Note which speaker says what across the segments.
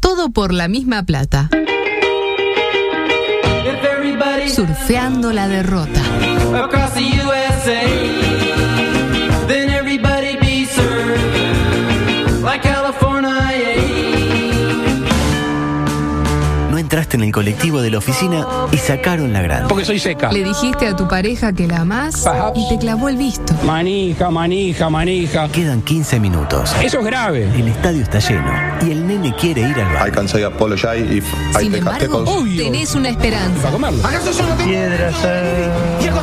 Speaker 1: todo por la misma plata. Surfeando la derrota.
Speaker 2: across the USA. Then everybody be served like California.
Speaker 3: No entraste en el colectivo de la oficina y sacaron la gran.
Speaker 4: Porque soy seca.
Speaker 1: Le dijiste a tu pareja que la amás
Speaker 4: Perhaps.
Speaker 1: y te clavó el visto.
Speaker 4: Manija, manija, manija.
Speaker 3: Quedan 15 minutos.
Speaker 4: Eso es grave.
Speaker 3: El estadio está lleno y el nene quiere ir al
Speaker 5: I
Speaker 3: bar.
Speaker 5: can say apologize if I
Speaker 1: Sin
Speaker 5: take a
Speaker 1: embargo,
Speaker 5: second.
Speaker 4: Obvio.
Speaker 1: tenés una esperanza.
Speaker 4: Para comerlo.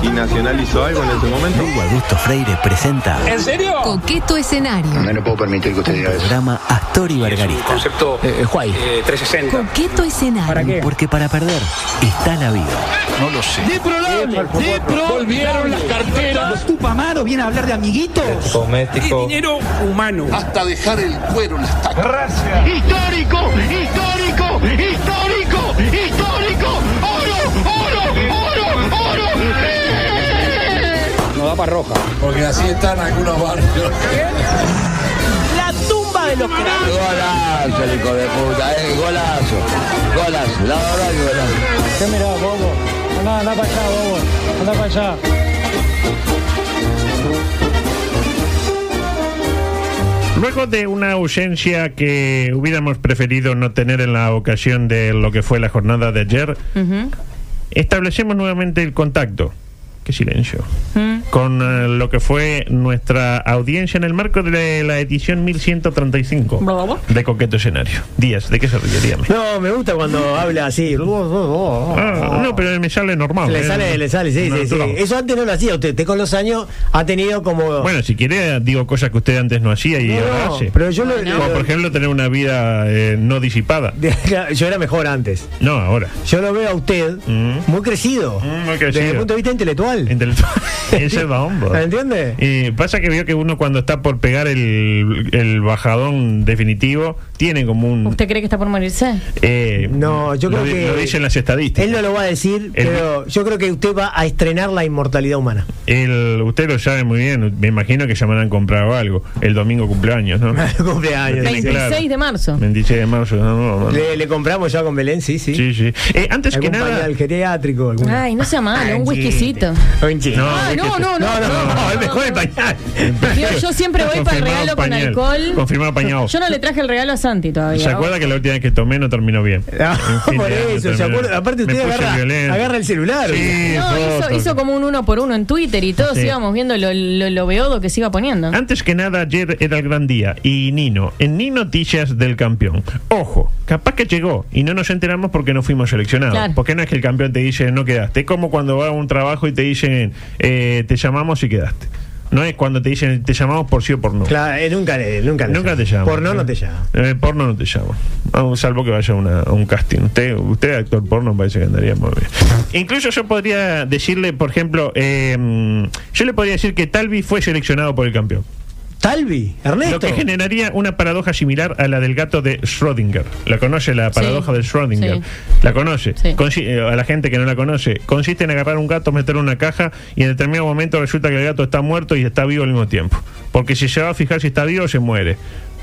Speaker 5: ¿Y Nacional hizo algo en ese momento?
Speaker 3: Hugo Augusto Freire presenta
Speaker 4: ¿En serio?
Speaker 1: Coqueto escenario.
Speaker 6: No puedo permitir que usted diga
Speaker 3: el
Speaker 6: eso.
Speaker 3: programa Astor y Bargarista.
Speaker 4: Concepto eh, Juay. 360.
Speaker 1: Coqueto
Speaker 4: ¿Para
Speaker 1: escenario.
Speaker 4: qué?
Speaker 3: Porque para perder está la vida.
Speaker 4: Volvieron las carteras.
Speaker 7: Tupamaro viene a hablar de amiguitos.
Speaker 5: Cosmético.
Speaker 4: Dinero humano.
Speaker 6: Hasta dejar el cuero en las tacas.
Speaker 8: histórico, histórico, histórico, histórico, oro, oro, oro, oro.
Speaker 4: No da para roja.
Speaker 6: Porque así están algunos barrios. La tumba de los cráneos. Golazo, hijo de puta, eh, golazo. Golazo, la verdad que golazo.
Speaker 7: ¿Qué mirá, bobo? Andá, andá para allá, bobo. Andá para allá.
Speaker 9: Luego de una ausencia que hubiéramos preferido no tener en la ocasión de lo que fue la jornada de ayer, establecemos nuevamente el contacto. Qué silencio. Con eh, lo que fue nuestra audiencia en el marco de la edición 1135 de Coqueto Escenario. Díaz, ¿de qué se ríe? Dígame.
Speaker 10: No, me gusta cuando habla así.
Speaker 9: Ah, no, pero me sale normal.
Speaker 10: Le
Speaker 9: eh.
Speaker 10: sale, le sale, sí, sí, sí.
Speaker 9: Natural.
Speaker 10: Eso antes no lo hacía usted. Usted con los años ha tenido como.
Speaker 9: Bueno, si quiere, digo cosas que usted antes no hacía y
Speaker 10: No,
Speaker 9: ahora
Speaker 10: no,
Speaker 9: hace.
Speaker 10: pero yo lo-
Speaker 9: Como, por ejemplo, tener una vida eh, no disipada.
Speaker 10: yo era mejor antes.
Speaker 9: No, ahora.
Speaker 10: Yo lo veo a usted
Speaker 9: Mm.
Speaker 10: muy crecido.
Speaker 9: Mm, muy
Speaker 10: Desde el
Speaker 9: crecido.
Speaker 10: punto de vista intelectual.
Speaker 9: Intelectual. Ese es bombo.
Speaker 10: ¿Entiende?
Speaker 9: Y pasa que veo que uno cuando está por pegar el, el bajadón definitivo, tiene como un...
Speaker 11: ¿Usted cree que está por morirse?
Speaker 9: eh,
Speaker 10: No, yo
Speaker 9: lo
Speaker 10: creo
Speaker 9: di-
Speaker 10: que.
Speaker 9: Lo dicen las estadísticas.
Speaker 10: Él no lo va a decir,
Speaker 9: El-
Speaker 10: pero yo creo que usted va a estrenar la inmortalidad humana.
Speaker 9: El- usted lo sabe muy bien, me imagino que llamarán comprado algo. El domingo cumpleaños, ¿no?
Speaker 10: Cumpleaños. sí.
Speaker 9: Tiene
Speaker 11: 26
Speaker 9: claro.
Speaker 11: de marzo.
Speaker 9: 26 de marzo, no, no, no.
Speaker 10: Le, le compramos ya con Belén, sí, sí.
Speaker 9: Sí, sí. Eh, antes que
Speaker 10: Algún
Speaker 9: nada...
Speaker 10: pañal geriátrico. algún-
Speaker 11: Ay, no sea malo, un whiskycito.
Speaker 10: Un chiste.
Speaker 9: No,
Speaker 11: Ay, no,
Speaker 9: es que-
Speaker 11: no, no,
Speaker 10: No, no,
Speaker 11: no,
Speaker 10: no,
Speaker 11: no,
Speaker 10: es mejor el
Speaker 11: no.
Speaker 10: pañal.
Speaker 11: Yo, yo siempre voy para el
Speaker 9: Confirmado
Speaker 11: regalo con
Speaker 9: pañal.
Speaker 11: alcohol.
Speaker 9: Confirmado pañal.
Speaker 11: Yo no le traje el regalo a Santi todavía.
Speaker 9: ¿Se acuerda que la última vez que tomé no terminó bien? En fin
Speaker 10: Ah, por
Speaker 9: de año
Speaker 10: eso, ¿se
Speaker 9: terminó.
Speaker 10: acuerda? Aparte
Speaker 9: Me
Speaker 10: usted
Speaker 9: puse
Speaker 10: agarra,
Speaker 9: violento.
Speaker 10: agarra el celular.
Speaker 9: Sí,
Speaker 11: No, hizo,
Speaker 9: foto.
Speaker 11: hizo como un uno por uno en Twitter y todos
Speaker 9: Sí.
Speaker 11: íbamos viendo lo, lo, lo beodo que se iba poniendo.
Speaker 9: Antes que nada, ayer era el gran día. Y Nino, en Ni Noticias del Campeón. Ojo, capaz que llegó y no nos enteramos porque no fuimos seleccionados.
Speaker 11: Claro.
Speaker 9: Porque no es que el campeón te dice no quedaste. Es como cuando va a un trabajo y te dicen eh, te llamamos y quedaste. No es cuando te dicen te llamamos por sí o por no.
Speaker 10: Claro, eh, nunca, le- nunca, le
Speaker 9: Nunca
Speaker 10: llama.
Speaker 9: te llamo.
Speaker 10: Por no, no te llama.
Speaker 9: Eh, porno no te llamo. Vamos, salvo que vaya a una- a un casting. Usted, usted actor porno, me parece que andaría muy bien. Incluso yo podría decirle, por ejemplo, eh, yo le podría decir que Talvi fue seleccionado por el campeón.
Speaker 10: Talvi, Ernesto.
Speaker 9: Lo que generaría una paradoja similar a la del gato de Schrödinger. ¿La conoce la paradoja
Speaker 11: Sí.
Speaker 9: de Schrödinger?
Speaker 11: Sí.
Speaker 9: ¿La conoce?
Speaker 11: Sí.
Speaker 9: Consi- eh, a la gente que no la conoce. Consiste en agarrar un gato, meterlo en una caja y en determinado momento resulta que el gato está muerto y está vivo al mismo tiempo. Porque si se va a fijar si está vivo, se muere.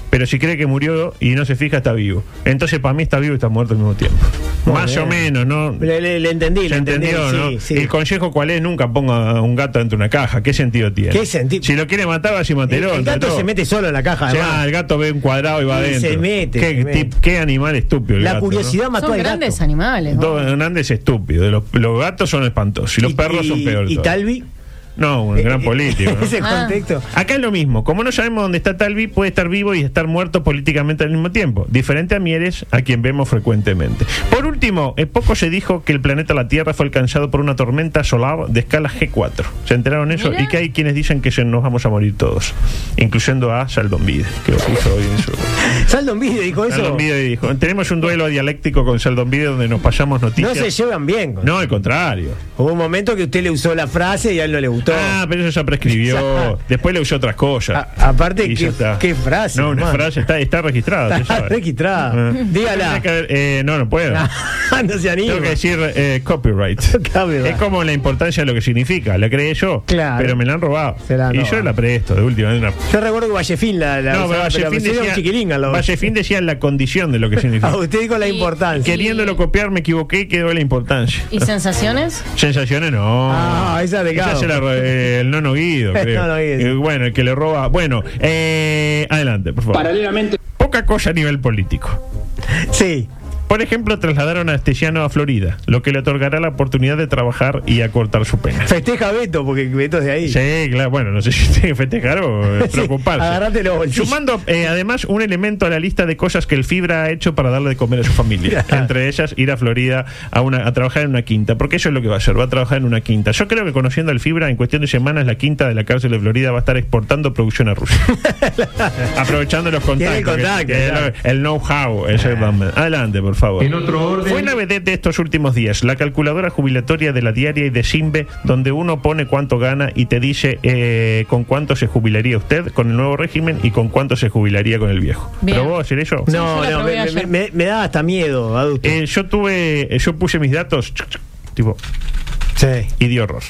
Speaker 9: Pero si cree que murió y no se fija, está vivo. Entonces, para mí, está vivo y está muerto al mismo tiempo.
Speaker 10: Muy
Speaker 9: Más
Speaker 10: bien.
Speaker 9: o menos, ¿no?
Speaker 10: Le, le- le entendí,
Speaker 9: Se
Speaker 10: le entendí.
Speaker 9: entendió,
Speaker 10: sí,
Speaker 9: ¿no?
Speaker 10: sí.
Speaker 9: El consejo cuál es, nunca ponga a un gato dentro de una caja. ¿Qué sentido tiene?
Speaker 10: ¿Qué sentido?
Speaker 9: Si lo quiere matar, va a
Speaker 10: El-
Speaker 9: Cimatero.
Speaker 10: el gato se mete solo en la caja,
Speaker 9: Ya,
Speaker 10: además.
Speaker 9: el gato ve un cuadrado y va
Speaker 10: Y se
Speaker 9: adentro.
Speaker 10: mete,
Speaker 9: ¿Qué,
Speaker 10: se mete.
Speaker 9: tip- qué animal estúpido. el
Speaker 10: La
Speaker 9: gato,
Speaker 10: curiosidad mató
Speaker 11: Son
Speaker 10: al gato.
Speaker 11: grandes animales.
Speaker 9: ¿no?
Speaker 11: ¿no?
Speaker 9: Don Hernández es estúpido. Los, los gatos son espantosos. Y los
Speaker 10: Y-
Speaker 9: perros son
Speaker 10: y-
Speaker 9: peores.
Speaker 10: ¿Y Talvi?
Speaker 9: No, un gran
Speaker 10: Eh,
Speaker 9: político. ¿no?
Speaker 10: Ese
Speaker 11: Ah.
Speaker 10: contexto.
Speaker 9: Acá es lo mismo. Como no sabemos dónde está Talvi, puede estar vivo y estar muerto políticamente al mismo tiempo. Diferente a Mieres, a quien vemos frecuentemente. Por último, eh, poco se dijo que el planeta La Tierra fue alcanzado por una tormenta solar de escala G4. ¿Se enteraron eso?
Speaker 11: Mira.
Speaker 9: Y que hay quienes dicen que se- nos vamos a morir todos. Incluyendo a Saldonvide, que lo puso hoy en su...
Speaker 10: Saldon Vide dijo eso.
Speaker 9: Sheldon Bide dijo, tenemos un duelo dialéctico con Sheldon Bide donde nos pasamos
Speaker 10: No
Speaker 9: noticias.
Speaker 10: se llevan bien.
Speaker 9: No, al contrario.
Speaker 10: Hubo un momento que usted le usó la frase y a él no le gustó.
Speaker 9: Ah, pero eso ya prescribió. Después le usó otras cosas.
Speaker 10: Aparte,
Speaker 9: Y ya
Speaker 10: qué,
Speaker 9: está.
Speaker 10: qué frase.
Speaker 9: No, una
Speaker 10: hermano.
Speaker 9: frase está, está registrada.
Speaker 10: Está
Speaker 9: se sabe.
Speaker 10: registrada.
Speaker 9: Ah.
Speaker 10: Dígala.
Speaker 9: Tendría que haber- eh, no, no puedo.
Speaker 10: Ah, no se anima.
Speaker 9: Tengo que decir eh, copyright.
Speaker 10: Copyright.
Speaker 9: es como la importancia de lo que significa. La creé yo,
Speaker 10: Claro.
Speaker 9: pero me la han robado.
Speaker 10: Se la han
Speaker 9: y yo
Speaker 10: robado.
Speaker 9: la presto, de última. de una-
Speaker 10: Yo recuerdo que Vallefín la. la
Speaker 9: no, pero
Speaker 10: usaba,
Speaker 9: Vallefín
Speaker 10: la- era un chiquilín
Speaker 9: decía,
Speaker 10: al lado.
Speaker 9: Vallefín decía la condición de lo que
Speaker 10: Ah,
Speaker 9: significa.
Speaker 10: usted dijo la
Speaker 11: Sí.
Speaker 10: importancia.
Speaker 9: Queriéndolo copiar, me equivoqué y quedó la importancia.
Speaker 11: ¿Y sensaciones?
Speaker 9: Sensaciones no.
Speaker 10: Ah, esa de
Speaker 9: Esa
Speaker 10: Gabo.
Speaker 9: se la ro- eh, el nono Guido,
Speaker 10: El
Speaker 9: creo.
Speaker 10: nono Guido, sí.
Speaker 9: Eh, bueno, el que le roba. Bueno, eh, adelante, por favor.
Speaker 4: Paralelamente.
Speaker 9: Poca cosa a nivel político.
Speaker 10: Sí.
Speaker 9: Por ejemplo, trasladaron a Astesiano a Florida, lo que le otorgará la oportunidad de trabajar y acortar su pena.
Speaker 10: Festeja a Beto, porque Beto es de ahí.
Speaker 9: Sí, claro, bueno, no sé si tiene que festejar o eh,
Speaker 10: Sí,
Speaker 9: preocuparse.
Speaker 10: agarrate los bolsillos.
Speaker 9: Sumando, eh, además, un elemento a la lista de cosas que el Fibra ha hecho para darle de comer a su familia. Entre ellas, ir a Florida a, una, a trabajar en una quinta, porque eso es lo que va a hacer, va a trabajar en una quinta. Yo creo que conociendo al Fibra, en cuestión de semanas, la quinta de la cárcel de Florida va a estar exportando producción a Rusia. Aprovechando los
Speaker 10: Tiene el
Speaker 9: contactos. que-
Speaker 10: contacto,
Speaker 9: que-
Speaker 10: claro. Ah.
Speaker 9: El know-how. ese Batman. Adelante, por favor. En otro orden. Fue novedad de estos últimos días la calculadora jubilatoria de la diaria y de Simbe, donde uno pone cuánto gana y te dice eh, con cuánto se jubilaría usted con el nuevo régimen y con cuánto se jubilaría con el viejo.
Speaker 11: Bien.
Speaker 9: ¿Pero vos hacer eso?
Speaker 10: No,
Speaker 11: Sí, yo la
Speaker 10: no,
Speaker 11: probé
Speaker 10: me, me-
Speaker 11: ayer.
Speaker 10: me- me da hasta miedo, adulto.
Speaker 9: Eh, yo tuve. eh, Yo puse mis datos, chuc, chuc, tipo,
Speaker 10: sí.
Speaker 9: y di horror.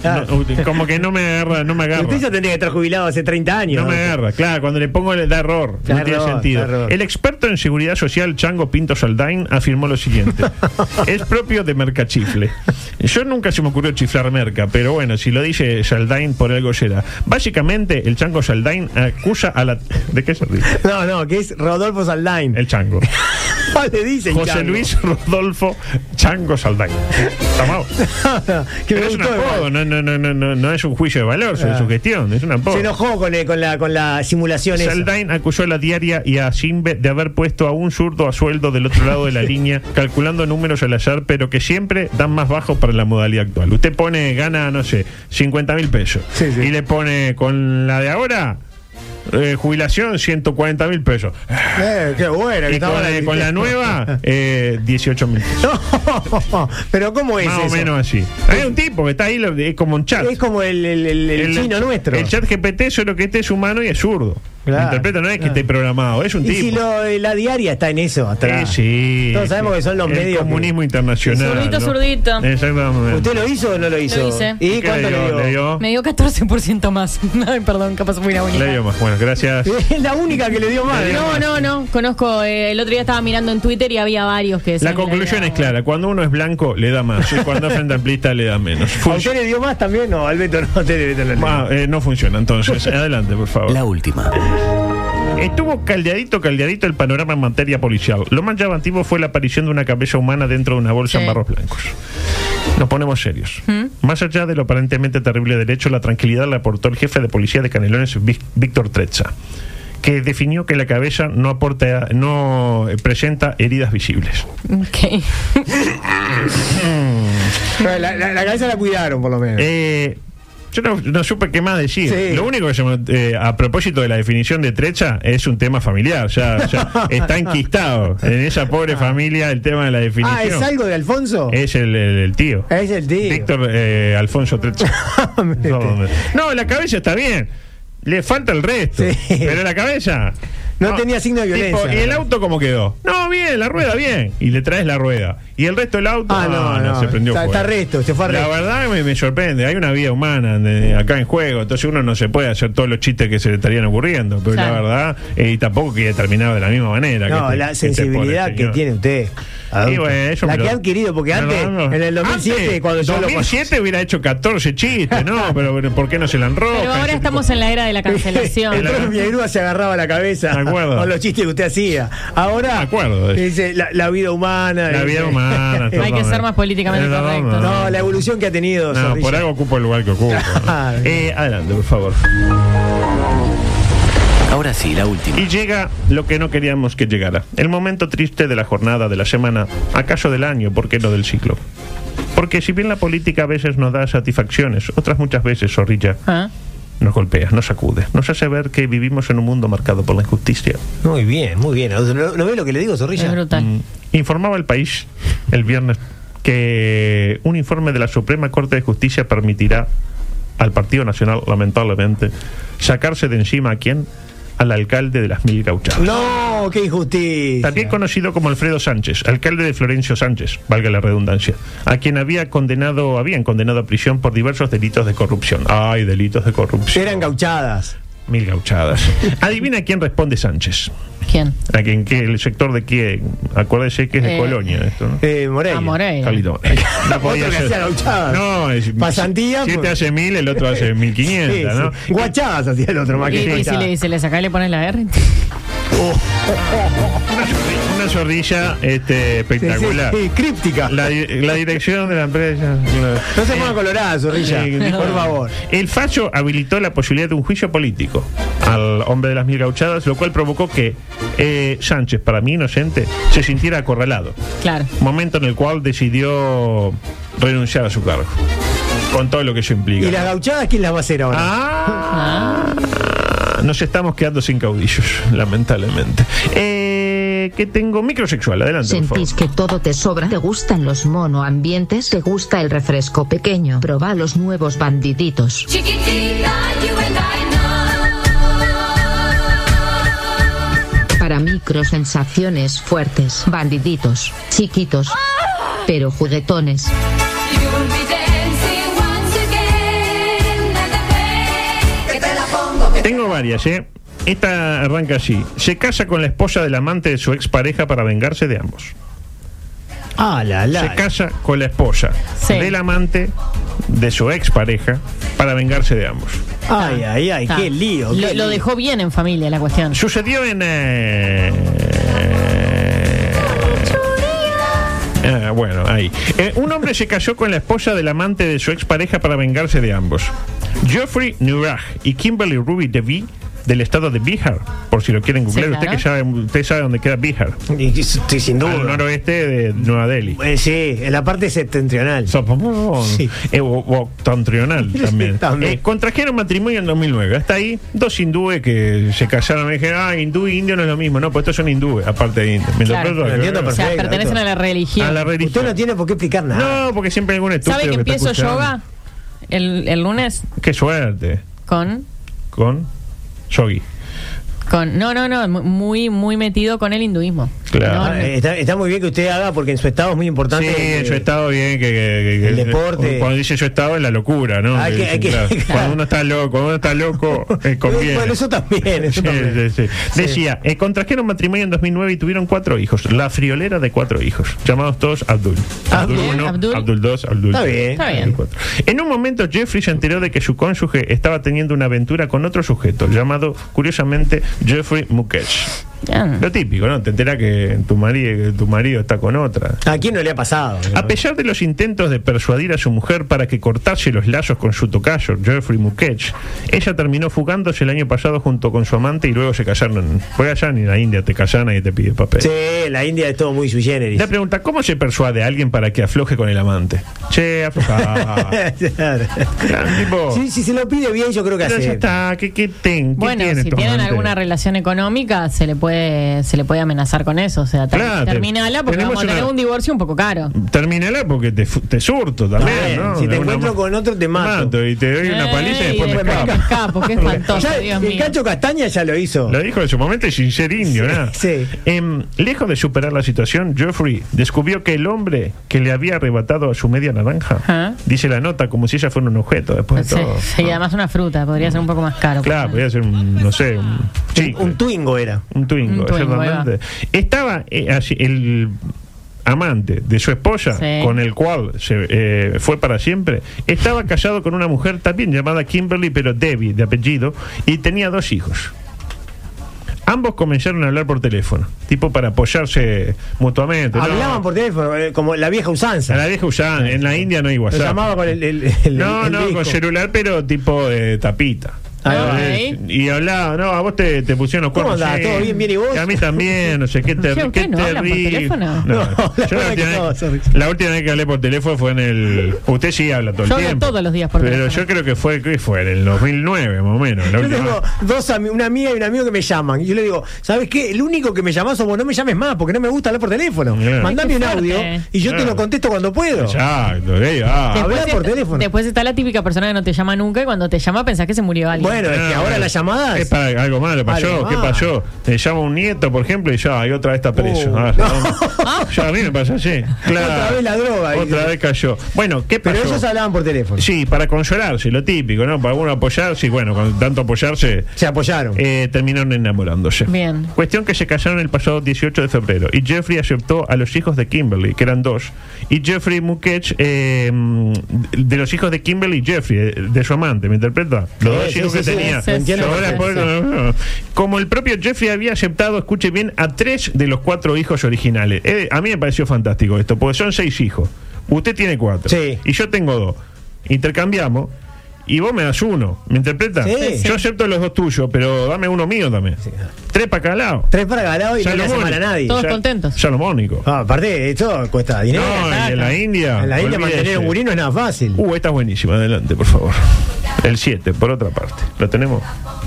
Speaker 10: Claro.
Speaker 9: No, como que no me agarra, no me agarra.
Speaker 10: Usted ya tendría que estar jubilado hace 30 años.
Speaker 9: No me
Speaker 10: adulto.
Speaker 9: agarra, claro, cuando le pongo le da error,
Speaker 10: Da
Speaker 9: no tiene
Speaker 10: error,
Speaker 9: sentido.
Speaker 10: da error.
Speaker 9: El experto en seguridad social Chango Pinto Saldain afirmó lo siguiente: es propio de mercachifle. Yo nunca se me ocurrió chiflar merca, pero bueno, si lo dice Saldain por algo será. Básicamente, el Chango Saldain acusa a la. ¿De qué se ríe?
Speaker 10: No, no, que es Rodolfo Saldain.
Speaker 9: El Chango.
Speaker 10: le dicen
Speaker 9: José
Speaker 10: chango.
Speaker 9: Luis Rodolfo Chango Saldain. ¿Está mal?
Speaker 10: que me
Speaker 9: Pero es un
Speaker 10: gustó igual.
Speaker 9: apodo, no, no, no, no, no, no es un juicio de valor, es
Speaker 10: Ah.
Speaker 9: su gestión, es un apodo.
Speaker 10: Se enojó con, el- con la, con la simulación esa.
Speaker 9: Saldain acusó a la diaria y a Simbe de haber puesto a un zurdo a sueldo del otro lado de la línea, calculando números al azar, pero que siempre dan más bajos para la modalidad actual. Usted pone, gana, no sé, 50 mil pesos.
Speaker 10: Sí, sí.
Speaker 9: Y le pone, con la de ahora, eh, jubilación, 140 mil pesos.
Speaker 10: Eh, qué bueno que
Speaker 9: Y con,
Speaker 10: estaba
Speaker 9: la- con la nueva, eh, 18 mil pesos.
Speaker 10: No, pero ¿cómo es
Speaker 9: Más o
Speaker 10: eso?
Speaker 9: menos así. Hay un tipo que está ahí, lo- es como un chat.
Speaker 10: Es como el, el- el- el chino nuestro.
Speaker 9: El chat GPT, solo que este es humano y es zurdo.
Speaker 10: Claro,
Speaker 9: Interpreta, no es que
Speaker 10: claro.
Speaker 9: esté programado, es un
Speaker 10: y
Speaker 9: tipo.
Speaker 10: si lo- la diaria está en eso, atrás.
Speaker 9: Eh, sí.
Speaker 10: Todos sabemos que son los
Speaker 9: el
Speaker 10: medios
Speaker 9: comunismo internacional.
Speaker 11: Zurdito,
Speaker 9: ¿no?
Speaker 11: zurdito.
Speaker 9: Exactamente.
Speaker 10: ¿Usted lo hizo o no lo hizo?
Speaker 11: Lo hice.
Speaker 10: ¿Y
Speaker 9: ¿Qué
Speaker 10: cuánto le dio?
Speaker 9: Le dio,
Speaker 11: Me dio 14% más. Ay, perdón, capaz fui la única.
Speaker 9: Le dio más. Bueno, gracias.
Speaker 10: Es la única que le dio más.
Speaker 11: No,
Speaker 10: ¿no?
Speaker 11: no, no. Conozco. eh, el otro día estaba mirando en Twitter y había varios que
Speaker 9: La
Speaker 11: decían que le
Speaker 9: conclusión
Speaker 11: había-
Speaker 9: es clara. Cuando uno es blanco, le da más. Y cuando es frente amplista, le da menos.
Speaker 10: ¿A usted
Speaker 9: Func-
Speaker 10: le dio más también? No, Alberto, no, a usted le dio no. le dio.
Speaker 9: Ah, eh, no funciona, entonces. Adelante, por favor.
Speaker 3: La última.
Speaker 9: Estuvo caldeadito, caldeadito el panorama en materia policial. Lo más llamativo fue la aparición de una cabeza humana dentro de una bolsa
Speaker 11: Sí.
Speaker 9: en barros blancos. Nos ponemos serios. Más allá de lo aparentemente terrible derecho, la tranquilidad la aportó el jefe de policía de Canelones, Vic- Víctor Trezza, que definió que la cabeza no aporta, no eh, presenta heridas visibles.
Speaker 11: Ok.
Speaker 10: La, la- la cabeza la cuidaron, por lo menos.
Speaker 9: Eh, yo no, no supe qué más decir.
Speaker 10: Sí.
Speaker 9: Lo único que se me- eh, a propósito de la definición de trecha es un tema familiar. Ya, ya está enquistado en esa pobre familia el tema de la definición.
Speaker 10: ah, ¿es algo de Alfonso?
Speaker 9: Es el, el- el tío.
Speaker 10: Es el tío.
Speaker 9: Eh, Víctor eh, Alfonso Trecha. no, no, la cabeza está bien. Le falta el resto.
Speaker 10: Sí.
Speaker 9: Pero la cabeza.
Speaker 10: No tenía signo de
Speaker 9: Tipo,
Speaker 10: violencia.
Speaker 9: ¿Y el auto cómo quedó? No, bien, la rueda, bien. Y le traes la rueda. ¿Y el resto del auto?
Speaker 10: Ah, no, no.
Speaker 9: se prendió
Speaker 10: Está-
Speaker 9: fuego.
Speaker 10: está resto, se fue a
Speaker 9: La
Speaker 10: resto.
Speaker 9: verdad me, me sorprende. Hay una vida humana de- acá en juego. Entonces uno no se puede hacer todos los chistes que se le estarían ocurriendo. Pero
Speaker 11: Claro.
Speaker 9: la verdad, eh, y tampoco que haya terminado de la misma manera.
Speaker 10: No,
Speaker 9: que te-
Speaker 10: la
Speaker 9: que te
Speaker 10: sensibilidad
Speaker 9: pone,
Speaker 10: que
Speaker 9: este señor.
Speaker 10: tiene usted.
Speaker 9: Sí,
Speaker 10: adulto.
Speaker 9: bueno, eso
Speaker 10: la
Speaker 9: me
Speaker 10: que
Speaker 9: lo-
Speaker 10: ha adquirido, porque
Speaker 9: me lo
Speaker 10: antes,
Speaker 9: dan-
Speaker 10: en el 2007,
Speaker 9: Antes,
Speaker 10: cuando yo
Speaker 9: 2007 hubiera hecho 14 chistes, ¿no? Pero, pero ¿por qué no se la enroja?
Speaker 11: Pero ahora
Speaker 9: Ese
Speaker 11: estamos
Speaker 9: tipo-
Speaker 11: en la era de la
Speaker 10: lo conocía.
Speaker 11: cancelación.
Speaker 10: El profe
Speaker 9: La-
Speaker 10: Villagrúa se agarraba la cabeza
Speaker 9: De acuerdo.
Speaker 10: con los chistes que usted hacía. Ahora
Speaker 9: De acuerdo.
Speaker 10: dice la, la vida humana. dice.
Speaker 9: La vida humana.
Speaker 11: Hay que ser más políticamente
Speaker 9: No, no,
Speaker 11: correcto,
Speaker 9: no,
Speaker 10: No, la evolución que ha tenido.
Speaker 9: No,
Speaker 10: Zorrilla.
Speaker 9: por algo ocupo el lugar que ocupo. ¿no?
Speaker 10: Claro.
Speaker 9: Eh, adelante, por favor.
Speaker 3: Ahora sí, la última.
Speaker 9: Y llega lo que no queríamos que llegara. El momento triste de la jornada, de la semana, acaso del año, ¿por qué no del ciclo? Porque si bien la política a veces nos da satisfacciones, otras muchas veces, zorrilla,
Speaker 11: Ah.
Speaker 9: nos golpea, nos sacude, nos hace ver que vivimos en un mundo marcado por la injusticia.
Speaker 10: Muy bien, muy bien. ¿No, no- no ve lo que le digo,
Speaker 9: Mm.
Speaker 11: Es
Speaker 10: Zorrilla?
Speaker 11: brutal.
Speaker 9: Informaba el país el viernes que un informe de la Suprema Corte de Justicia permitirá al Partido Nacional, lamentablemente, sacarse de encima a quién? Al alcalde de las Mil Gauchadas.
Speaker 10: No, qué injusticia.
Speaker 9: También conocido como Alfredo Sánchez, alcalde de Florencio Sánchez, valga la redundancia, a quien había condenado, habían condenado a prisión por diversos delitos de corrupción. Ay, delitos de corrupción.
Speaker 10: Eran gauchadas.
Speaker 9: Mil gauchadas. Adivina quién responde Sánchez.
Speaker 11: ¿Quién?
Speaker 9: ¿A quién? ¿Qué? ¿El sector de quién? Acuérdese que es de
Speaker 11: Eh.
Speaker 9: Colonia esto, ¿no?
Speaker 10: Eh, Moreira.
Speaker 11: A Moreira.
Speaker 9: Carlito. No
Speaker 10: Otro que hacía gauchadas.
Speaker 9: No, es,
Speaker 10: Pasantía,
Speaker 9: Si este
Speaker 10: pues.
Speaker 9: hace mil, el otro hace mil
Speaker 10: Sí,
Speaker 9: quinientas, ¿no?
Speaker 10: sí. Guachadas hacía el otro más
Speaker 11: Y,
Speaker 10: que
Speaker 11: y si
Speaker 10: gauchadas.
Speaker 11: le, se le saca y le pones la R.
Speaker 9: Una zorri- Una zorrilla este,
Speaker 10: Sí, sí,
Speaker 9: espectacular.
Speaker 10: sí, críptica.
Speaker 9: La, di- la dirección de la empresa.
Speaker 10: No se ponga colorada, zorrilla.
Speaker 9: Eh, dijo-
Speaker 10: por favor.
Speaker 9: El fallo habilitó la posibilidad de un juicio político al hombre de las mil gauchadas, lo cual provocó que eh, Sánchez, para mí inocente, se sintiera acorralado.
Speaker 11: Claro.
Speaker 9: Momento en el cual decidió renunciar a su cargo. Con todo lo que eso implica.
Speaker 10: ¿Y las gauchadas quién las va a hacer ahora?
Speaker 9: Ah. Nos estamos quedando sin caudillos, lamentablemente. Eh, que tengo microsexual, adelante. por favor.
Speaker 12: ¿Sentís que todo te sobra? ¿Te gustan los monoambientes? ¿Te gusta el refresco pequeño? Proba los nuevos bandiditos. Para microsensaciones fuertes. Bandiditos. Chiquitos. Pero juguetones.
Speaker 9: Tengo varias, ¿eh? Esta arranca así. Se casa con la esposa del amante de su expareja para vengarse de ambos.
Speaker 10: Ah, la, la.
Speaker 9: Se casa con la esposa
Speaker 11: Sí.
Speaker 9: del amante de su expareja para vengarse de ambos.
Speaker 10: Ay, ay, ay,
Speaker 11: Está.
Speaker 10: qué lío.
Speaker 11: Ah, Lo,
Speaker 10: qué
Speaker 11: lo
Speaker 10: lío.
Speaker 11: dejó bien en familia la cuestión.
Speaker 9: Sucedió en... eh, ah, bueno, ahí. Eh, un hombre se casó con la esposa del amante de su expareja para vengarse de ambos. Geoffrey Nurag y Kimberly Ruby DeVee del estado de Bihar, por si lo quieren googlear. Usted
Speaker 11: claro.
Speaker 9: que sabe, usted sabe dónde queda Bihar.
Speaker 10: Y- y- sí, sin
Speaker 9: Al
Speaker 10: duda.
Speaker 9: noroeste de Nueva Delhi.
Speaker 10: Eh, sí, en la parte septentrional.
Speaker 9: Sopopón.
Speaker 10: Sí.
Speaker 9: Eh, o- o octantrional también.
Speaker 10: También.
Speaker 9: Eh, contrajeron matrimonio en 2009. Hasta ahí, dos hindúes que se casaron. Me dijeron, ah, hindú e indio no es lo mismo. No, pues estos son hindúes, aparte de indio. Mientras
Speaker 11: Claro.
Speaker 9: otros-
Speaker 10: Lo entiendo
Speaker 11: o sea,
Speaker 10: perfecto,
Speaker 11: pertenecen
Speaker 10: esto.
Speaker 11: a la religión.
Speaker 9: a la
Speaker 10: Usted
Speaker 9: religión.
Speaker 10: no tiene por qué explicar nada.
Speaker 9: No, porque siempre hay algún estúpido
Speaker 11: ¿Sabe que
Speaker 9: está
Speaker 11: empiezo
Speaker 9: escuchando.
Speaker 11: yoga el, el lunes
Speaker 9: Qué suerte.
Speaker 11: con,
Speaker 9: Con Yogi.
Speaker 11: con... No, no, no, muy, muy metido con el hinduismo.
Speaker 9: Claro.
Speaker 11: No,
Speaker 10: Ah, eh, Está, está muy bien que usted haga porque en su estado es muy
Speaker 9: Sí,
Speaker 10: importante. eh,
Speaker 9: yo he estado bien. Que, que- que-
Speaker 10: el
Speaker 9: que-
Speaker 10: deporte.
Speaker 9: Cuando dice yo he estado es la locura, ¿no?
Speaker 10: Hay que- hay que-
Speaker 9: Claro.
Speaker 10: claro.
Speaker 9: Cuando uno está loco, cuando uno está loco, eh, conviene.
Speaker 10: Bueno, eso también, eso
Speaker 9: Sí,
Speaker 10: también.
Speaker 9: sí, sí.
Speaker 10: Sí.
Speaker 9: Decía, eh, contrajeron matrimonio en 2009 y tuvieron cuatro hijos. La friolera de cuatro hijos, llamados todos Abdul. Abdul
Speaker 11: Abdul,
Speaker 9: 1,
Speaker 11: Abdul.
Speaker 9: Abdul 2, Abdul
Speaker 10: Está
Speaker 9: tres,
Speaker 10: bien.
Speaker 11: Está
Speaker 9: Abdul
Speaker 11: bien.
Speaker 9: cuatro. En un momento, Jeffrey se enteró de que su cónyuge estaba teniendo una aventura con otro sujeto, llamado, curiosamente, Jeffrey Mukesh.
Speaker 11: Ah.
Speaker 9: Lo típico, ¿no? Te enterás que tu marido, tu marido está con otra.
Speaker 10: ¿A quién no le ha pasado?
Speaker 9: A pesar de los intentos de persuadir a su mujer para que cortase los lazos con su tocayo, Jeffrey Mukech, ella terminó fugándose el año pasado junto con su amante y luego se casaron. Fue allá en la India, te casan y te pide papel.
Speaker 10: Sí, la India es todo muy sui generis.
Speaker 9: La pregunta, ¿cómo se persuade a alguien para que afloje con el amante? Che, afloja.
Speaker 10: Claro.
Speaker 9: Claro, tipo-
Speaker 10: Sí, si se lo pide bien, yo creo que
Speaker 9: Pero ya
Speaker 10: hace.
Speaker 9: está, ¿qué, qué ten- qué
Speaker 11: Bueno,
Speaker 9: tiene
Speaker 11: si
Speaker 9: estos
Speaker 11: tienen
Speaker 9: amantes?
Speaker 11: alguna relación económica, se le puede se le puede amenazar con eso. O sea, ter-
Speaker 9: Claro, te-
Speaker 11: terminala porque
Speaker 9: tenemos
Speaker 11: vamos a tener
Speaker 9: una-
Speaker 11: un divorcio un poco caro.
Speaker 9: Termínala porque te, fu- te surto
Speaker 10: Está
Speaker 9: también,
Speaker 10: bien,
Speaker 9: ¿no?
Speaker 10: si te
Speaker 9: De alguna
Speaker 10: encuentro
Speaker 9: ma-
Speaker 10: con otro, te mato.
Speaker 9: y te doy una paliza y
Speaker 11: Ey,
Speaker 9: después me
Speaker 11: después me
Speaker 9: escapo.
Speaker 11: escapo, qué espantoso,
Speaker 10: Ya,
Speaker 11: Dios
Speaker 10: el
Speaker 11: mío.
Speaker 10: Cacho Castaña ya lo hizo.
Speaker 9: Lo dijo en su momento y sin ser indio,
Speaker 10: Sí,
Speaker 9: nada.
Speaker 10: sí.
Speaker 9: Em, lejos de superar la situación, Geoffrey descubrió que el hombre que le había arrebatado a su media naranja,
Speaker 11: Ajá.
Speaker 9: dice la nota, como si ella fuera un objeto después de
Speaker 11: Sí,
Speaker 9: todo.
Speaker 11: sí, y además una fruta, pues. podría ser un poco más caro.
Speaker 9: Claro, podía ser un, no sé, un chicle,
Speaker 10: Un twingo era.
Speaker 9: un twingo,
Speaker 11: Un twingo,
Speaker 9: exactamente. Estaba eh, así, el amante de su esposa,
Speaker 11: Sí.
Speaker 9: con el cual se eh, fue para siempre, estaba casado con una mujer también llamada Kimberly, pero Debbie de apellido, y tenía dos hijos. Ambos comenzaron a hablar por teléfono, tipo para apoyarse mutuamente. ¿no?
Speaker 10: Hablaban por teléfono, eh, como la vieja
Speaker 9: A la
Speaker 10: usanza.
Speaker 9: vieja usada, en la India no hay
Speaker 10: Lo
Speaker 9: WhatsApp.
Speaker 10: llamaba con el. el- el-
Speaker 9: no,
Speaker 10: el
Speaker 9: no, con
Speaker 10: disco.
Speaker 9: celular, pero tipo eh, tapita.
Speaker 10: Ahí va.
Speaker 9: Eh, Y hablaba, no, a vos te, te pusieron los
Speaker 10: ¿Cómo
Speaker 9: cuernos.
Speaker 10: andás?
Speaker 9: sí.
Speaker 10: ¿Todo bien, bien y vos?
Speaker 9: Que a mí también, no sé qué,
Speaker 11: Che,
Speaker 9: terri-
Speaker 11: ¿ustedes
Speaker 9: qué
Speaker 11: no hablan por
Speaker 9: terri-
Speaker 11: teléfono?
Speaker 9: No,
Speaker 10: No, la
Speaker 9: yo la
Speaker 10: verdad que
Speaker 9: última,
Speaker 10: no,
Speaker 9: vez,
Speaker 10: sorry.
Speaker 9: la última vez que hablé por teléfono fue en el. Usted sí habla
Speaker 11: Yo
Speaker 9: todo el
Speaker 11: hablo
Speaker 9: tiempo.
Speaker 11: todos los días por
Speaker 9: Pero
Speaker 11: teléfono.
Speaker 9: yo creo que fue, ¿qué fue? En el 2009, más o menos. la
Speaker 10: Yo
Speaker 9: última
Speaker 10: tengo
Speaker 9: vez.
Speaker 10: dos ami- una amiga y un amigo que me llaman. Y yo le digo, ¿sabes qué? El único que me llamás o vos no me llames más porque no me gusta hablar por teléfono.
Speaker 9: Claro.
Speaker 10: Mandame
Speaker 11: Ay, qué
Speaker 10: un audio
Speaker 11: fuerte.
Speaker 10: y yo te
Speaker 9: Claro.
Speaker 10: lo contesto cuando puedo.
Speaker 9: Exacto, ey, ah.
Speaker 10: Habla
Speaker 11: Después
Speaker 10: por
Speaker 11: está-
Speaker 10: teléfono.
Speaker 11: Después está la típica persona que no te llama nunca y cuando te llama pensás que se murió alguien.
Speaker 10: Bueno, es que
Speaker 9: Ah,
Speaker 10: ahora
Speaker 9: bueno.
Speaker 10: las llamadas.
Speaker 9: Es para algo malo, pasó,
Speaker 10: Algo
Speaker 9: ¿qué
Speaker 10: malo.
Speaker 9: pasó? Te llama un nieto, por ejemplo, y ya, y otra vez está preso.
Speaker 10: Oh.
Speaker 9: Ah, no. Ya a mí me pasó así. Claro.
Speaker 10: Otra vez la droga.
Speaker 9: Otra vez cayó. Bueno, ¿qué pasó?
Speaker 10: Pero ellos hablaban por teléfono.
Speaker 9: Sí, para consolarse, lo típico, ¿no? Para uno apoyarse, y bueno, con tanto apoyarse,
Speaker 10: Se apoyaron.
Speaker 9: eh, terminaron enamorándose.
Speaker 11: Bien.
Speaker 9: Cuestión que se casaron el pasado 18 de febrero y Jeffrey aceptó a los hijos de Kimberly, que eran dos. Y Jeffrey Mukech, eh, mm, de los hijos de Kimberly y Jeffrey, eh, de su amante, ¿me interpreta? Los
Speaker 10: Sí,
Speaker 9: dos
Speaker 10: sí,
Speaker 9: hijos
Speaker 10: sí,
Speaker 9: que
Speaker 10: sí,
Speaker 9: tenía.
Speaker 11: sí, sí,
Speaker 9: Yo
Speaker 11: sí,
Speaker 9: ahora
Speaker 11: sí.
Speaker 9: puedo- Como el propio Jeffrey había aceptado, escuche bien, a tres de los cuatro hijos originales. Eh, a mí me pareció fantástico esto, porque son seis hijos. Usted tiene cuatro.
Speaker 10: Sí.
Speaker 9: Y yo tengo dos. Intercambiamos. Y vos me das uno, ¿me interpreta?
Speaker 10: Sí.
Speaker 9: Yo acepto los dos tuyos, pero dame uno mío también. Tres para cada lado.
Speaker 10: Tres para cada lado y no le hace
Speaker 9: Salomónico.
Speaker 10: mal a nadie.
Speaker 11: Todos contentos.
Speaker 9: Salomónico.
Speaker 10: Ah, aparte, esto cuesta dinero.
Speaker 9: no, y en la India.
Speaker 10: en la India mantener un gurí
Speaker 9: burino
Speaker 10: no es nada fácil.
Speaker 9: Uh, esta es buenísima. Adelante, por favor. El 7, por otra parte. ¿Lo tenemos?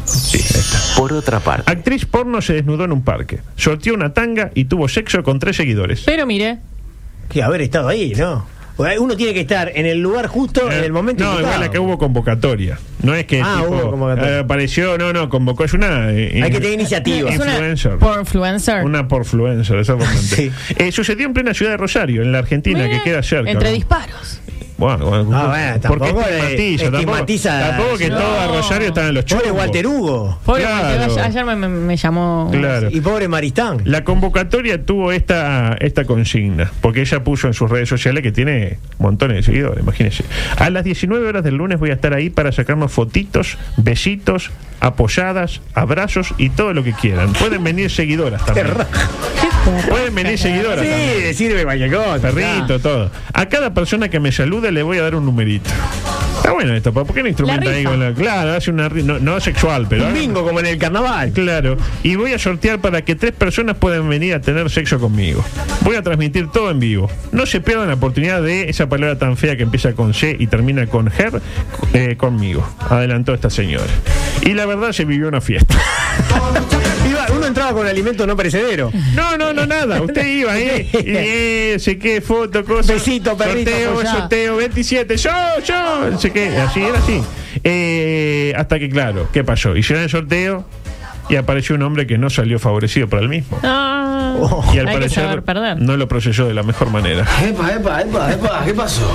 Speaker 9: Sí, ahí está.
Speaker 3: Por otra parte,
Speaker 9: Actriz porno se desnudó en un parque. Sortió una tanga y tuvo sexo con tres seguidores.
Speaker 11: Pero mire,
Speaker 10: que haber estado ahí, ¿no? Porque Uno tiene que estar en el lugar justo, en el momento
Speaker 9: Eh, No,
Speaker 10: indicado.
Speaker 9: igual la que hubo convocatoria. No es que
Speaker 10: Ah,
Speaker 9: tipo,
Speaker 10: hubo convocatoria.
Speaker 9: eh, apareció, no, no, convocó. Es una. eh,
Speaker 10: Hay que tener iniciativa.
Speaker 11: es una
Speaker 9: Influencer.
Speaker 11: pornfluencer.
Speaker 9: Una porfluencer, exactamente.
Speaker 10: Sí.
Speaker 9: Eh, sucedió en plena ciudad de Rosario, en la Argentina,
Speaker 11: Mire,
Speaker 9: que queda cerca.
Speaker 11: Entre
Speaker 9: ¿no?
Speaker 11: disparos.
Speaker 9: Bueno, bueno,
Speaker 10: Ah, bueno,
Speaker 9: porque
Speaker 10: tampoco es-
Speaker 9: estigmatiza, tampoco-
Speaker 10: estigmatiza-
Speaker 9: tampoco, que
Speaker 10: No.
Speaker 9: todo a Rosario están en los chicos.
Speaker 10: Pobre Walter Hugo.
Speaker 11: Pobre
Speaker 9: Claro.
Speaker 11: Mateo, ayer- ayer me, me- me llamó.
Speaker 9: Claro.
Speaker 10: Y pobre Maristán.
Speaker 9: La convocatoria tuvo esta, esta consigna, porque ella puso en sus redes sociales que tiene montones de seguidores, imagínense. A las 19 horas del lunes voy a estar ahí para sacarnos fotitos, besitos, apoyadas, abrazos y todo lo que quieran. Pueden venir seguidoras también. Pueden venir seguidoras también.
Speaker 10: Sí, sirve cualquier cosa.
Speaker 9: Perrito, todo. A cada persona que me salude le voy a dar un numerito. Está bueno esto, ¿por qué no instrumenta
Speaker 11: La
Speaker 9: ahí
Speaker 11: rifa.
Speaker 9: con la- Claro, hace una ri- no, no sexual, pero.
Speaker 10: Un bingo como en el carnaval.
Speaker 9: Ah, Claro, y voy a sortear para que tres personas puedan venir a tener sexo conmigo. Voy a transmitir todo en vivo. No se pierdan la oportunidad de esa palabra tan fea que empieza con C y termina con GER eh, conmigo. Adelantó esta señora. Y la verdad se vivió una fiesta.
Speaker 10: Iba- uno entraba con alimentos no perecedero.
Speaker 9: No, no, no, nada. Usted iba, ¿eh? Y, eh, sé qué, foto, cosa.
Speaker 10: Besito, perrito,
Speaker 9: Sorteo,
Speaker 10: apoyá.
Speaker 9: sorteo, 27. Yo, yo. Sé qué, así, era así. Eh, hasta que, claro, ¿qué pasó? Hicieron el sorteo y apareció un hombre que no salió favorecido para el mismo.
Speaker 11: Ah,
Speaker 10: Oh.
Speaker 9: Y al
Speaker 11: hay que
Speaker 9: parecer
Speaker 11: saber perder.
Speaker 9: no lo procesó de la mejor manera.
Speaker 8: Epa, epa, epa, epa, ¿qué pasó?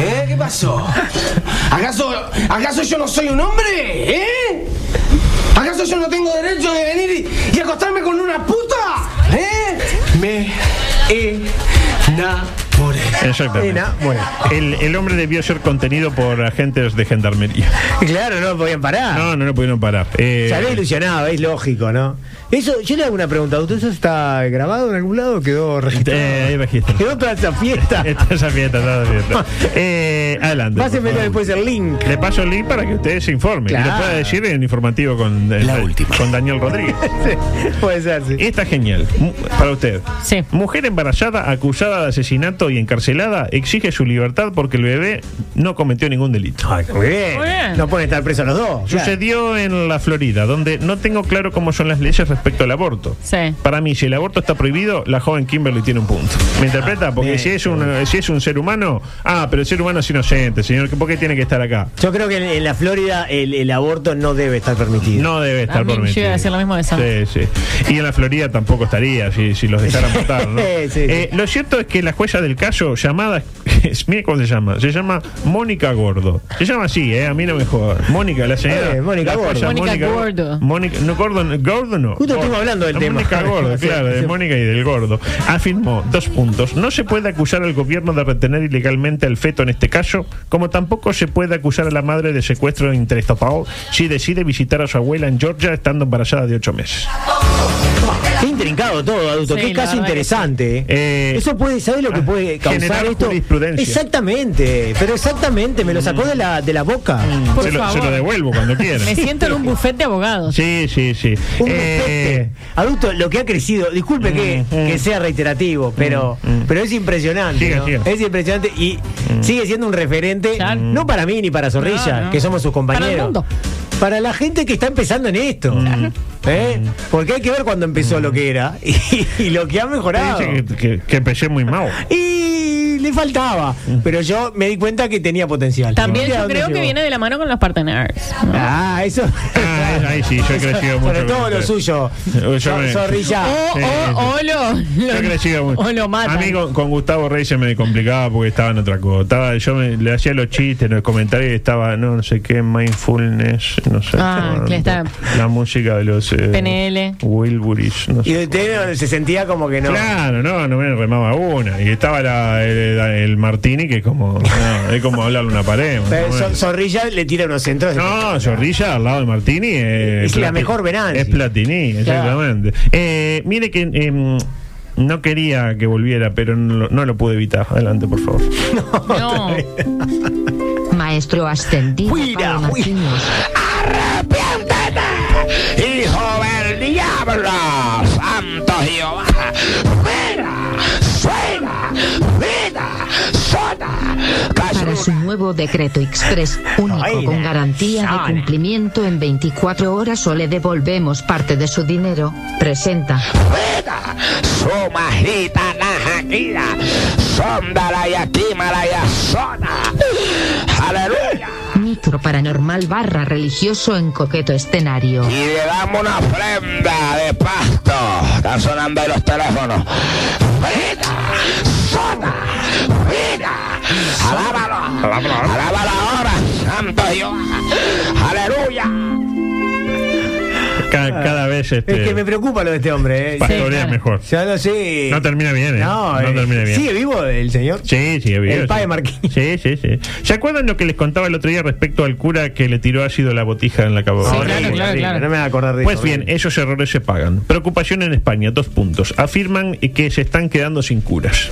Speaker 8: ¿Eh? ¿Qué pasó? ¿Acaso, ¿Acaso yo no soy un hombre? ¿Eh? ¿Acaso yo no tengo derecho de venir y, y acostarme con una puta? ¿Eh? Me enamoré.
Speaker 9: Exactamente.
Speaker 10: Era- bueno.
Speaker 9: El, el hombre debió ser contenido por agentes de gendarmería.
Speaker 10: Claro, no podían parar.
Speaker 9: No, no lo pudieron parar. Eh,
Speaker 10: Se había ilusionado, es lógico, ¿no? Eso, yo le hago una pregunta, ¿usted eso está grabado en algún lado o quedó registrado?
Speaker 9: eh, ahí registro.
Speaker 10: Quedó toda esa fiesta.
Speaker 9: Esta es la fiesta, esta es la fiesta. Eh, adelante. por
Speaker 10: Pásenmelo
Speaker 9: favor.
Speaker 10: después el link.
Speaker 9: Le paso el link para que ustedes se informen. Y lo
Speaker 10: Claro.
Speaker 9: pueda decir en informativo con, eh,
Speaker 3: La última.
Speaker 9: con Daniel Rodríguez.
Speaker 10: Sí, Puede ser, sí.
Speaker 9: Esta es genial. Mu- Para usted.
Speaker 11: Sí.
Speaker 9: Mujer embarazada, acusada de asesinato y encarcelada, exige su libertad porque el bebé no cometió ningún delito.
Speaker 10: Muy bien.
Speaker 11: Muy bien.
Speaker 10: No pueden estar presos los dos. claro.
Speaker 9: Sucedió en la Florida, donde no tengo claro cómo son las leyes respecto al aborto.
Speaker 11: Sí.
Speaker 9: Para mí, si el aborto está prohibido, la joven Kimberly tiene un punto. ¿Me interpreta? Porque
Speaker 10: bien,
Speaker 9: si, es un, si es un ser humano, ah, pero el ser humano es inocente, señor, ¿por qué tiene que estar acá?
Speaker 10: Yo creo que en, en la Florida el, el aborto no debe estar permitido.
Speaker 9: No debe estar
Speaker 11: También
Speaker 9: permitido.
Speaker 11: yo iba a decir lo mismo de Sam.
Speaker 9: Sí, sí. Y en la Florida tampoco estaría si, si los dejaran votar, ¿no?
Speaker 10: Sí, sí,
Speaker 9: Eh, Lo cierto es que la jueza del caso, llamada. Mire cómo se llama. Se llama Mónica Gordo. Se llama así, ¿eh? A mí no me joda. Mónica, la señora.
Speaker 10: Eh, Mónica
Speaker 9: la
Speaker 10: Gordo.
Speaker 9: jueza
Speaker 11: Mónica Gordo.
Speaker 9: Mónica, no, Gordo, no, Gordo no.
Speaker 10: Justo estuvimos hablando del
Speaker 9: Ah,
Speaker 10: tema.
Speaker 9: Mónica Gordo,
Speaker 10: Sí,
Speaker 9: claro, de
Speaker 10: sí.
Speaker 9: Mónica y del Gordo. Afirmó, dos puntos. No se puede acusar al gobierno de retener ilegalmente al feto en este caso, como tampoco se puede acusar a la madre de secuestro interestatal si decide visitar a su abuela en Georgia estando embarazada de ocho meses.
Speaker 10: Qué intrincado todo, adulto.
Speaker 11: Sí,
Speaker 10: Qué
Speaker 11: la
Speaker 10: caso
Speaker 11: verdad que
Speaker 10: interesante.
Speaker 9: Eh, ah,
Speaker 10: Eso puede, ¿sabes lo que puede puede causar
Speaker 9: Generar
Speaker 10: esto.
Speaker 9: jurisprudencia.
Speaker 10: Exactamente, pero exactamente, me lo sacó de la, de la boca.
Speaker 11: Por
Speaker 9: Se lo, se
Speaker 11: favor.
Speaker 9: lo devuelvo cuando quiera.
Speaker 11: Me siento en un buffet de abogados.
Speaker 9: Sí, sí, sí.
Speaker 10: Un bufete.
Speaker 9: Eh,
Speaker 10: Adulto, lo que ha crecido, disculpe que,
Speaker 9: mm.
Speaker 10: que sea reiterativo, pero, pero es impresionante.
Speaker 9: Siga,
Speaker 10: ¿no?
Speaker 9: siga.
Speaker 10: Es impresionante y sigue siendo un referente, no para mí ni para Zorrilla,
Speaker 11: No, no.
Speaker 10: que somos sus compañeros.
Speaker 11: Para el mundo.
Speaker 10: Para la gente que está empezando en esto. ¿eh? Porque hay que ver cuándo empezó lo que era y, y lo que ha mejorado.
Speaker 9: dice que, que- que empecé muy mal.
Speaker 10: Y le faltaba, pero yo me di cuenta que tenía potencial.
Speaker 11: También
Speaker 10: Mira
Speaker 11: yo
Speaker 10: dónde
Speaker 11: creo que
Speaker 10: llegó.
Speaker 11: viene de la mano con los partners.
Speaker 10: Ah, eso.
Speaker 9: Ah, ahí sí, yo he crecido mucho.
Speaker 10: Sobre todo
Speaker 9: con
Speaker 10: lo
Speaker 9: usted.
Speaker 10: suyo.
Speaker 9: Yo me-
Speaker 10: Zorrilla.
Speaker 11: O,
Speaker 9: Sí,
Speaker 11: o, o lo,
Speaker 9: Yo he crecido
Speaker 11: lo,
Speaker 9: mucho.
Speaker 11: o lo matan.
Speaker 9: A mí con, con Gustavo Reyes se me complicaba porque estaba en otra cosa. Estaba, yo me- le hacía los chistes, los comentarios y estaba, no, no sé qué, mindfulness, no sé.
Speaker 11: Ah,
Speaker 9: cuánto.
Speaker 11: que está-
Speaker 9: La música de los. eh,
Speaker 11: PNL.
Speaker 9: Wilburys, no sé.
Speaker 10: Y usted no- se sentía como que no.
Speaker 9: Claro, no, no me remaba una. Y estaba la- el, el Martini, que es como, no, es como hablarle a una pared. más o
Speaker 10: Pero Zo-
Speaker 9: menos.
Speaker 10: Zorrilla le tira unos centros.
Speaker 9: No, Zorrilla al lado de Martini es,
Speaker 10: Es la
Speaker 9: plati-
Speaker 10: mejor Venanzi.
Speaker 9: Es Platini,
Speaker 10: Claro.
Speaker 9: exactamente. Eh, mire que em, no quería que volviera, pero no lo, no lo pude evitar. Adelante, por favor.
Speaker 11: No.
Speaker 12: Maestro ascendido.
Speaker 10: Mira,
Speaker 12: Pablo
Speaker 10: uy.
Speaker 12: Martínez.
Speaker 6: ¡Arrepiéntete, hijo del diablo! ¡Santo Jehová! ¡Fuera! ¡Fuera! ¡Fuera! ¡Sota!
Speaker 12: para su nuevo decreto express, único con garantía de cumplimiento en 24 horas o le devolvemos parte de su dinero, presenta.
Speaker 6: ¡Fuera! ¡Su majita najaquira! ¡Sóndala y atímala y azona! ¡Aleluya!
Speaker 12: Micro paranormal barra religioso en coqueto escenario.
Speaker 6: Y le damos una ofrenda de pasto. Están sonando ahí los teléfonos. ¡Frita! ¡Sota! ¡Frita! ¡Alábalo! ¡Alábalo ahora! ¡Santo Dios! ¡Aleluya!
Speaker 9: Ca- cada vez este,
Speaker 10: Es que me preocupa lo de este hombre. ¿eh?
Speaker 9: pastorea
Speaker 11: Sí, claro.
Speaker 9: mejor.
Speaker 10: Ya no sé.
Speaker 9: No termina bien, ¿eh?
Speaker 10: No,
Speaker 9: No
Speaker 10: eh,
Speaker 9: termina bien.
Speaker 10: ¿Sigue vivo el señor?
Speaker 9: Sí, sí, vivo,
Speaker 10: El
Speaker 9: sí.
Speaker 10: padre Marquín.
Speaker 9: Sí, sí, sí. ¿Se acuerdan lo que les contaba el otro día respecto al cura que le tiró ácido a la botija en la cabeza?
Speaker 11: Sí, claro, claro,
Speaker 10: horrible.
Speaker 11: claro.
Speaker 10: No me voy a acordar de
Speaker 9: Pues
Speaker 10: eso, eh.
Speaker 9: bien,
Speaker 10: horrible.
Speaker 9: esos errores se pagan. Preocupación en España, dos puntos. Afirman que se están quedando sin curas.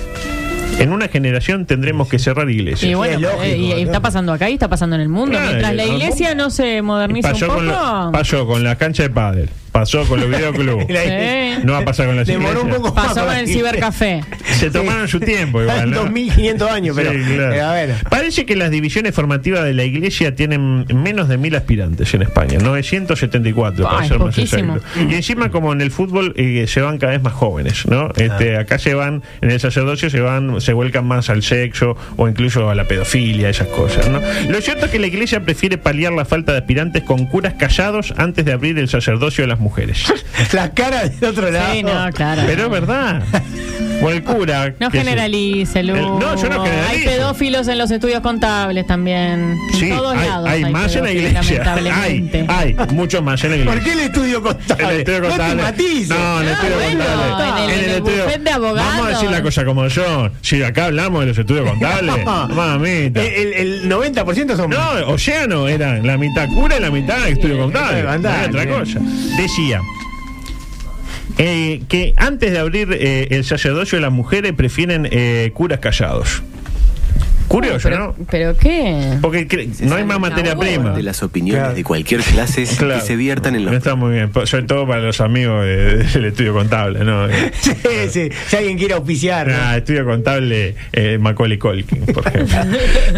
Speaker 9: En una generación tendremos que cerrar iglesias.
Speaker 11: Y bueno,
Speaker 10: es lógico,
Speaker 11: eh, y, y
Speaker 10: ¿no?
Speaker 11: está pasando acá y está pasando en el mundo.
Speaker 9: Claro,
Speaker 11: Mientras la
Speaker 9: ¿no?
Speaker 11: iglesia no se
Speaker 9: Y
Speaker 11: moderniza un
Speaker 9: pasó,
Speaker 11: poco.
Speaker 9: con la, pasó con la cancha de pádel, pasó con los videoclubs.
Speaker 10: La iglesia.
Speaker 9: No va a pasar con las
Speaker 10: Demoró un
Speaker 9: iglesias.
Speaker 10: poco más
Speaker 11: Pasó con
Speaker 10: para
Speaker 11: el
Speaker 10: que-
Speaker 11: cibercafé.
Speaker 9: Se tomaron su tiempo igual, ¿no?
Speaker 10: 2500 años, pero.
Speaker 9: Sí, claro.
Speaker 10: eh, a ver.
Speaker 9: Parece que las divisiones formativas de la iglesia tienen menos de mil aspirantes en España, 974
Speaker 10: Ah,
Speaker 9: para
Speaker 11: Ay,
Speaker 9: ser más
Speaker 11: poquísimo.
Speaker 9: exacto. Y encima como en el fútbol eh, se van cada vez más jóvenes, ¿no? Este, acá se van, en el sacerdocio se van, se vuelcan más al sexo o incluso a la pedofilia, esas cosas, ¿no? Lo cierto es que la iglesia prefiere paliar la falta de aspirantes con curas callados antes de abrir el sacerdocio a las mujeres.
Speaker 10: Las caras del otro lado.
Speaker 11: Sí, no, claro.
Speaker 9: Pero es verdad. O el cura.
Speaker 11: No
Speaker 9: que se-
Speaker 11: generalice, Lu.
Speaker 9: El- Eh, no, yo no
Speaker 11: Hay
Speaker 9: generalizo.
Speaker 11: pedófilos en los estudios contables también.
Speaker 9: Sí,
Speaker 11: en todos
Speaker 9: hay,
Speaker 11: lados.
Speaker 9: hay más en la
Speaker 11: pedófilos,
Speaker 9: iglesia. Hay,
Speaker 11: Lamentablemente.
Speaker 9: hay mucho más en la iglesia.
Speaker 10: ¿Por qué el estudio contable?
Speaker 9: En el estudio
Speaker 10: No
Speaker 9: contable.
Speaker 10: te matices.
Speaker 9: No, en
Speaker 11: Ah,
Speaker 9: el estudio
Speaker 11: bueno,
Speaker 9: contable.
Speaker 11: en el- en el buffet de abogados.
Speaker 9: Vamos a decir la cosa como yo. Si acá hablamos de los estudios contables, mamita.
Speaker 11: Eh,
Speaker 10: El, el- el 90% son.
Speaker 9: No, Océano era la mitad cura y la mitad estudio contable.
Speaker 10: estudio
Speaker 9: No era
Speaker 10: contable.
Speaker 9: otra cosa. Decía. eh, que antes de abrir eh, el sacerdocio las mujeres prefieren eh, curas callados. Curioso,
Speaker 11: Uh, pero,
Speaker 9: ¿no?
Speaker 11: ¿Pero qué?
Speaker 9: Porque cre- no hay más materia prima.
Speaker 3: De las opiniones
Speaker 10: Claro.
Speaker 3: de cualquier clase
Speaker 9: Claro.
Speaker 3: que se viertan en
Speaker 9: No
Speaker 3: los
Speaker 9: está muy bien, po- sobre todo para los amigos de- del estudio contable, ¿no?
Speaker 10: Sí, sí. Si alguien quiere auspiciar. ¿no?
Speaker 9: Ah, estudio contable eh, Macaulay Culkin, por ejemplo.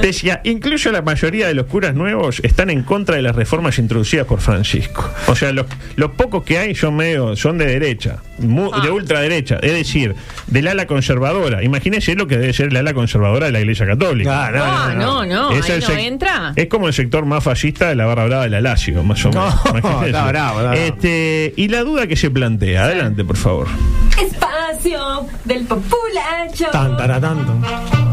Speaker 9: Decía, incluso la mayoría de los curas nuevos están en contra de las reformas introducidas por Francisco. O sea, los, los pocos que hay son medio, son de derecha, mu-
Speaker 10: Ah.
Speaker 9: de ultraderecha, es decir, del ala conservadora. Imagínese lo que debe ser el ala conservadora de la Iglesia Católica.
Speaker 10: Ah, no,
Speaker 11: Ah, no, no.
Speaker 9: Es
Speaker 11: ahí
Speaker 9: el
Speaker 11: no
Speaker 9: sec-
Speaker 11: entra.
Speaker 9: Es como el sector más fascista de la barra brava de la Lazio, más o menos.
Speaker 10: No,
Speaker 9: Imagínese.
Speaker 10: está bravo, está bravo.
Speaker 9: Este, y la duda que se plantea, adelante, por favor.
Speaker 13: Espacio del Populacho.
Speaker 10: Tan, taratán, tan.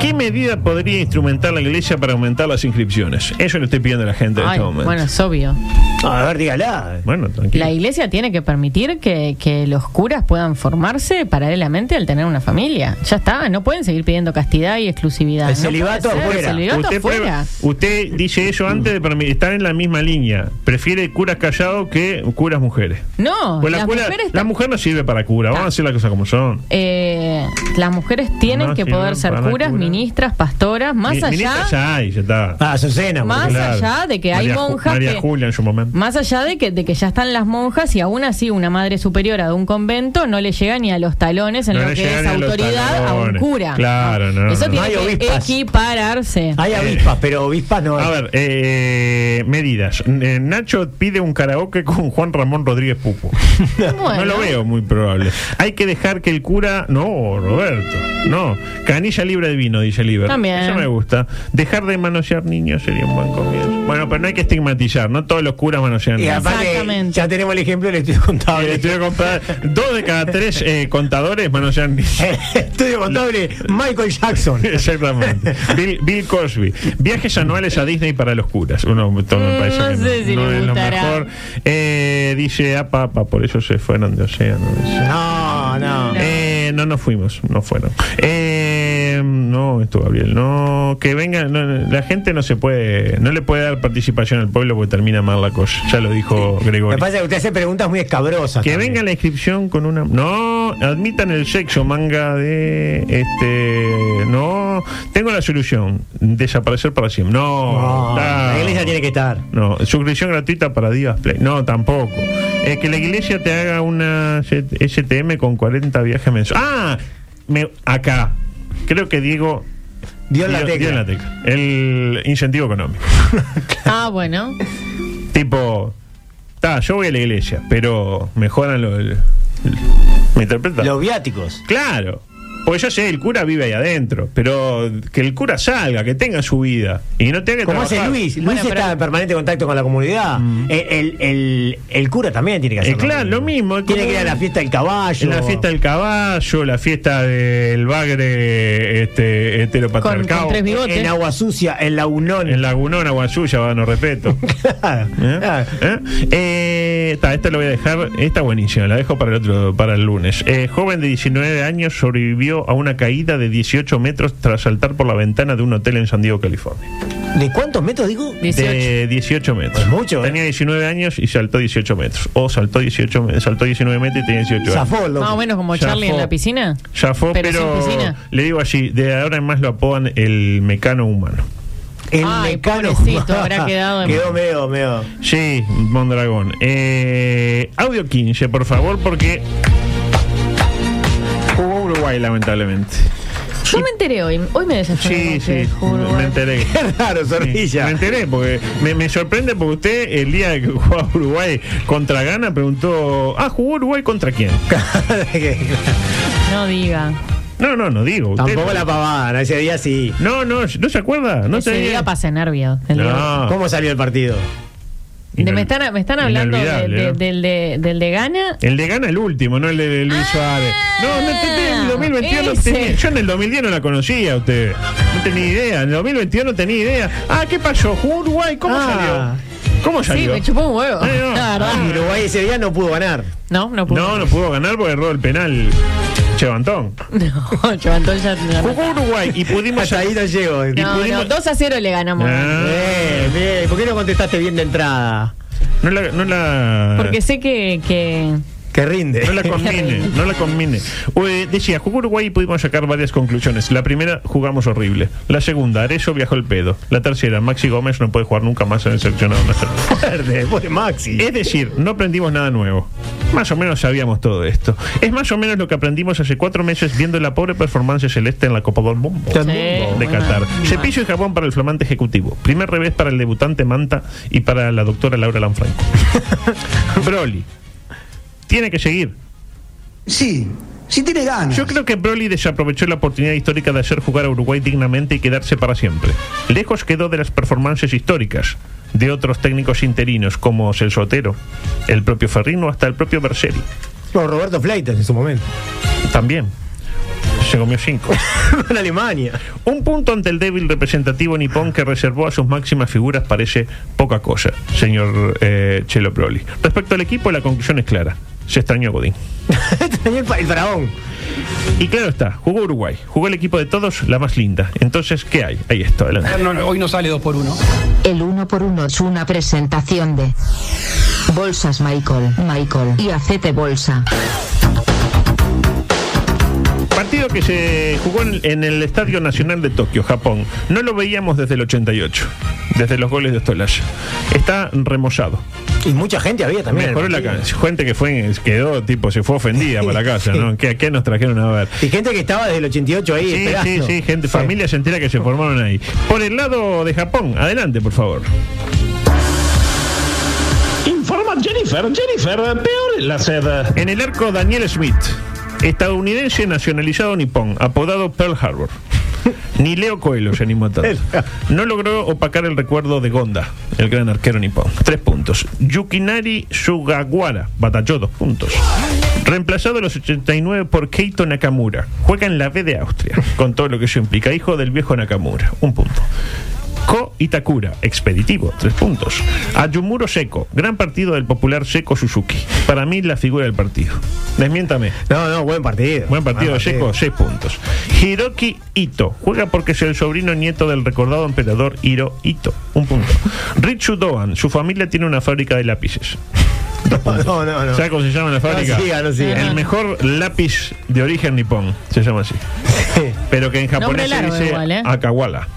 Speaker 9: ¿Qué medida podría instrumentar la iglesia para aumentar las inscripciones? Eso le estoy pidiendo a la gente en
Speaker 11: Ay,
Speaker 9: este momento.
Speaker 11: bueno, es obvio.
Speaker 10: a ver, dígala.
Speaker 9: Bueno, tranquilo.
Speaker 11: La iglesia tiene que permitir que, que los curas puedan formarse paralelamente al tener una familia. Ya está, no pueden seguir pidiendo castidad y exclusividad. Ah,
Speaker 10: El
Speaker 11: No puede
Speaker 10: celibato
Speaker 11: ser, el
Speaker 10: afuera.
Speaker 11: celibato
Speaker 9: usted,
Speaker 11: afuera.
Speaker 9: prueba- usted dice eso antes de permi- estar en la misma línea. Prefiere curas callados que curas mujeres.
Speaker 11: No,
Speaker 9: Pues la,
Speaker 11: las
Speaker 9: cura-
Speaker 11: mujeres
Speaker 9: la mujer no sirve para cura. Vamos a hacer las cosas como son.
Speaker 11: Eh, las mujeres tienen
Speaker 9: No,
Speaker 11: que
Speaker 9: sí,
Speaker 11: poder
Speaker 9: no,
Speaker 11: ser
Speaker 9: para la
Speaker 11: curas,
Speaker 9: cura.
Speaker 11: ministras, pastoras, más
Speaker 9: Mi- ministra
Speaker 11: allá
Speaker 9: ya hay, ya está.
Speaker 10: Ah, Azucena.
Speaker 11: Más
Speaker 9: Claro.
Speaker 11: allá de que hay
Speaker 9: María Ju-
Speaker 11: monjas
Speaker 9: María
Speaker 11: que-
Speaker 9: Julia en su momento.
Speaker 11: más allá de que, de que ya están las monjas y aún así una madre superiora de un convento no le llega ni a los talones en
Speaker 9: No
Speaker 11: lo
Speaker 9: le
Speaker 11: que
Speaker 9: llega
Speaker 11: es
Speaker 9: ni a los
Speaker 11: autoridad a un
Speaker 9: talones.
Speaker 11: cura.
Speaker 9: Claro, no,
Speaker 11: Eso
Speaker 9: no.
Speaker 11: tiene
Speaker 10: Hay
Speaker 11: que
Speaker 10: obispas.
Speaker 11: equipararse.
Speaker 10: Hay avispas, pero obispas no.
Speaker 9: Eh, A ver, eh, medidas. Eh, Nacho pide un karaoke con Juan Ramón Rodríguez Pupo.
Speaker 11: Bueno.
Speaker 9: No lo veo muy probable. Hay que dejar que el cura. No, Roberto. No. Canilla libre de vino, dice Liber.
Speaker 11: También.
Speaker 9: Eso me gusta. Dejar de manosear niños sería un buen comienzo. Bueno, pero no hay que estigmatizar. No todos los curas manosean
Speaker 10: Y
Speaker 9: niños.
Speaker 10: aparte,
Speaker 11: Exactamente.
Speaker 10: ya tenemos el ejemplo del estudio
Speaker 9: El
Speaker 10: contable.
Speaker 9: estudio contable- Dos de cada tres eh, contadores manosean niños.
Speaker 10: estudio contable, Michael Jackson.
Speaker 9: Exactamente. Bill, Bill Cosby. Viajes anuales a Disney para los curas. Uno, esto me
Speaker 11: Mm,
Speaker 9: parece
Speaker 11: no
Speaker 9: que
Speaker 11: sé si le
Speaker 9: es lo
Speaker 11: gustará.
Speaker 9: mejor. Eh, dice, ah, papá, por eso se fueron de océano. dice.
Speaker 10: No, no.
Speaker 9: Eh, no nos fuimos, no fueron. Eh, no, esto Gabriel, no, que venga, no, no, la gente no se puede, no le puede dar participación al pueblo porque termina mal la cosa, ya lo dijo
Speaker 10: Me
Speaker 9: Gregorio.
Speaker 10: pasa que usted hace preguntas muy escabrosas.
Speaker 9: Que
Speaker 10: Ah, también.
Speaker 9: venga la inscripción con una. No, admitan el sexo, manga de. Este. No. Tengo la solución. Desaparecer para siempre. No.
Speaker 10: No, Ah. la iglesia tiene que estar.
Speaker 9: No. Suscripción gratuita para Divas Play. No, tampoco. Eh, que la iglesia te haga una STM con 40 viajes mensuales. ¡Ah! Me, acá. Creo que Diego.
Speaker 10: Dio en la
Speaker 9: dio en
Speaker 10: tecla.
Speaker 9: la tecla. El incentivo económico.
Speaker 11: Ah, bueno.
Speaker 9: tipo. Ta, yo voy a la iglesia, pero mejoran lo. el- el- ¿Me interpreta?
Speaker 10: Los viáticos.
Speaker 9: Claro. Porque yo sé, el cura vive ahí adentro, pero que el cura salga, que tenga su vida y no tenga que
Speaker 10: Como hace
Speaker 9: trabajar.
Speaker 10: Luis. Luis
Speaker 11: Bueno, pero- Mm.
Speaker 10: está en permanente contacto con la comunidad. El, el- el- el cura también tiene que
Speaker 9: Eh,
Speaker 10: hacerlo.
Speaker 9: claro, lo mismo. es
Speaker 10: Tiene
Speaker 9: como-
Speaker 10: que ir a la fiesta del caballo.
Speaker 9: En la fiesta del caballo, la fiesta del bagre este, heteropatriarcado.
Speaker 11: Con- con tres bigotes.
Speaker 10: En agua sucia, en la unón.
Speaker 9: en Lagunón, Agua Suya, va, no respeto.
Speaker 10: Claro,
Speaker 9: ¿Eh?
Speaker 10: claro.
Speaker 9: ¿Eh? Eh, ta, esta lo voy a dejar, esta buenísima, la dejo para el otro, para el lunes. Eh, joven de 19 años sobrevivió a una caída de 18 metros tras saltar por la ventana de un hotel en San Diego, California.
Speaker 10: ¿De cuántos metros digo?
Speaker 11: 18.
Speaker 9: De 18 metros.
Speaker 10: Es mucho, ¿eh?
Speaker 9: Tenía 19 años y saltó 18 metros. O saltó 18, me- saltó 19 metros y tenía 18 años.
Speaker 10: Zafó, loco.
Speaker 11: Más o menos como
Speaker 9: Ya
Speaker 11: Charlie en
Speaker 9: fue.
Speaker 11: la piscina.
Speaker 9: Ya fue,
Speaker 11: Pero
Speaker 9: pero,
Speaker 11: sin piscina.
Speaker 9: le digo así, de ahora en más lo apodan el mecano humano.
Speaker 10: El
Speaker 11: Ay,
Speaker 10: mecano.
Speaker 11: pobrecito, habrá quedado en-
Speaker 10: Quedó medio, medio.
Speaker 9: Sí, Mondragón. Eh, audio 15, por favor, porque jugó Uruguay, lamentablemente.
Speaker 11: Yo me enteré hoy. Hoy me desayuné.
Speaker 9: Sí, sí,
Speaker 11: eh,
Speaker 9: me enteré.
Speaker 10: Qué raro,
Speaker 9: Sí,
Speaker 10: zorrilla.
Speaker 9: Me enteré, porque me, me sorprende porque usted el día que jugaba Uruguay contra Ghana preguntó, ah, ¿jugó Uruguay contra quién?
Speaker 11: No diga.
Speaker 9: No, no, no digo. usted-
Speaker 10: Tampoco la pavana, ese día sí.
Speaker 9: No, no, no se acuerda. No
Speaker 11: Ese
Speaker 9: se
Speaker 11: día pasé nervios. el día de hoy.
Speaker 9: No.
Speaker 10: ¿Cómo salió el partido?
Speaker 11: De- me, están, me están hablando de-
Speaker 9: Inolvidable,
Speaker 11: de-
Speaker 9: ¿no?
Speaker 11: del, de, del de Ghana.
Speaker 9: El de Gana el último, no el de Luis Suárez. No, no tenía en el 2021 no
Speaker 11: Ah. ese.
Speaker 9: tenía- Yo en el 2010 no la conocía a usted. No tenía idea. En el 2021 no tenía idea. Ah, ¿qué pasó? ¿Jugó Uruguay? ¿Cómo
Speaker 10: Ah.
Speaker 9: salió? ¿Cómo
Speaker 11: Sí,
Speaker 9: salió?
Speaker 11: me chupó un huevo.
Speaker 9: Ay, no. Ah,
Speaker 11: La verdad.
Speaker 10: Y Ah, Uruguay ese día no pudo ganar.
Speaker 11: No, no puedo.
Speaker 9: no, no pudo ganar porque erró el penal. Chevantón.
Speaker 11: No, levantó ya.
Speaker 9: Jugó Uruguay y pudimos.
Speaker 10: Hasta ahí no llego.
Speaker 11: No, no,
Speaker 9: pudimos-
Speaker 11: 2 a 0 le ganamos.
Speaker 9: Ah,
Speaker 10: Bien, bien. ¿Por qué no contestaste bien de entrada?
Speaker 9: no la. No la...
Speaker 11: Porque sé que, que
Speaker 10: Que rinde.
Speaker 9: No la combine, no la combine. Eh, decía, jugó Uruguay y pudimos sacar varias conclusiones. La primera, jugamos horrible. La segunda, Arezzo viajó el pedo. La tercera, Maxi Gómez no puede jugar nunca más en el seleccionado nacional.
Speaker 10: Verde, pobre pues, Maxi.
Speaker 9: Es decir, no aprendimos nada nuevo. Más o menos sabíamos todo esto. Es más o menos lo que aprendimos hace cuatro meses viendo la pobre performance celeste en la Copa del Mundo
Speaker 10: Del
Speaker 11: mundo.
Speaker 9: de
Speaker 11: Sí,
Speaker 9: Qatar.
Speaker 11: bueno.
Speaker 9: Cepillo y jabón para el flamante ejecutivo. Primer revés para el debutante Manta y para la doctora Laura Lanfranco. Broly. Tiene que seguir.
Speaker 8: Sí, sí tiene ganas.
Speaker 9: Yo creo que Broly desaprovechó la oportunidad histórica de hacer jugar a Uruguay dignamente y quedarse para siempre. Lejos quedó de las performances históricas de otros técnicos interinos como Celso Otero, el propio Ferrino, hasta el propio Berseri.
Speaker 10: Por Roberto Fleitas en su momento.
Speaker 9: También. Se comió cinco. en Alemania. Un punto ante el débil representativo nipón que reservó a sus máximas figuras parece poca cosa, señor eh, Chelo Proli. Respecto al equipo, la conclusión es clara. Se extrañó a Godín.
Speaker 10: Extrañó el, faraón.
Speaker 9: Y claro está, jugó Uruguay. Jugó el equipo de todos, la más linda. Entonces, ¿qué hay? Ahí está, adelante.
Speaker 4: No, no, hoy no sale dos por uno.
Speaker 12: El uno por uno es una presentación de Bolsas Michael, Michael y Acete Bolsa.
Speaker 9: Partido que se jugó en, en el Estadio Nacional de Tokio, Japón. No lo veíamos desde el 88, desde los goles de Ostolash. Está remozado.
Speaker 10: Y mucha gente había también.
Speaker 9: Mejoró la can- gente que fue quedó, tipo, se fue ofendida para la casa, ¿no? ¿Qué, qué nos trajeron a ver?
Speaker 10: Y gente que estaba desde el 88 ahí
Speaker 9: Sí, sí,
Speaker 10: esperando.
Speaker 9: sí, gente, familias enteras que se formaron ahí. Por el lado de Japón, adelante, por favor. Informa Jennifer, Jennifer, peor la seda. En el arco, Daniel Smith, estadounidense nacionalizado nipón, apodado Pearl Harbor. Ni Leo Coelho se animó a tanto. No logró opacar el recuerdo de Gonda, el gran arquero nipón. Tres puntos. Yukinari Sugawara, batalló dos puntos. Reemplazado a los 89 por Keito Nakamura. Juega en la B de Austria, con todo lo que eso implica. Hijo del viejo Nakamura, un punto. Ko Itakura, expeditivo, tres puntos. Ayumuro Seco, gran partido del popular Seco Suzuki. Para mí, la figura del partido. Desmiéntame.
Speaker 10: No, no, buen partido.
Speaker 9: Buen partido de
Speaker 10: Buen
Speaker 9: Seco,
Speaker 10: partido.
Speaker 9: seis puntos. Hiroki Ito, juega porque es el sobrino nieto del recordado emperador Hiro Ito, un punto. Richu Doan, su familia tiene una fábrica de lápices.
Speaker 10: No, no, no.
Speaker 9: ¿Sabes cómo se llama la fábrica?
Speaker 10: No siga, no siga.
Speaker 9: El mejor lápiz de origen nipón, se llama así. Pero que en
Speaker 11: Nombre
Speaker 9: japonés se
Speaker 11: largo
Speaker 9: dice
Speaker 11: igual, ¿eh?
Speaker 9: Akawala.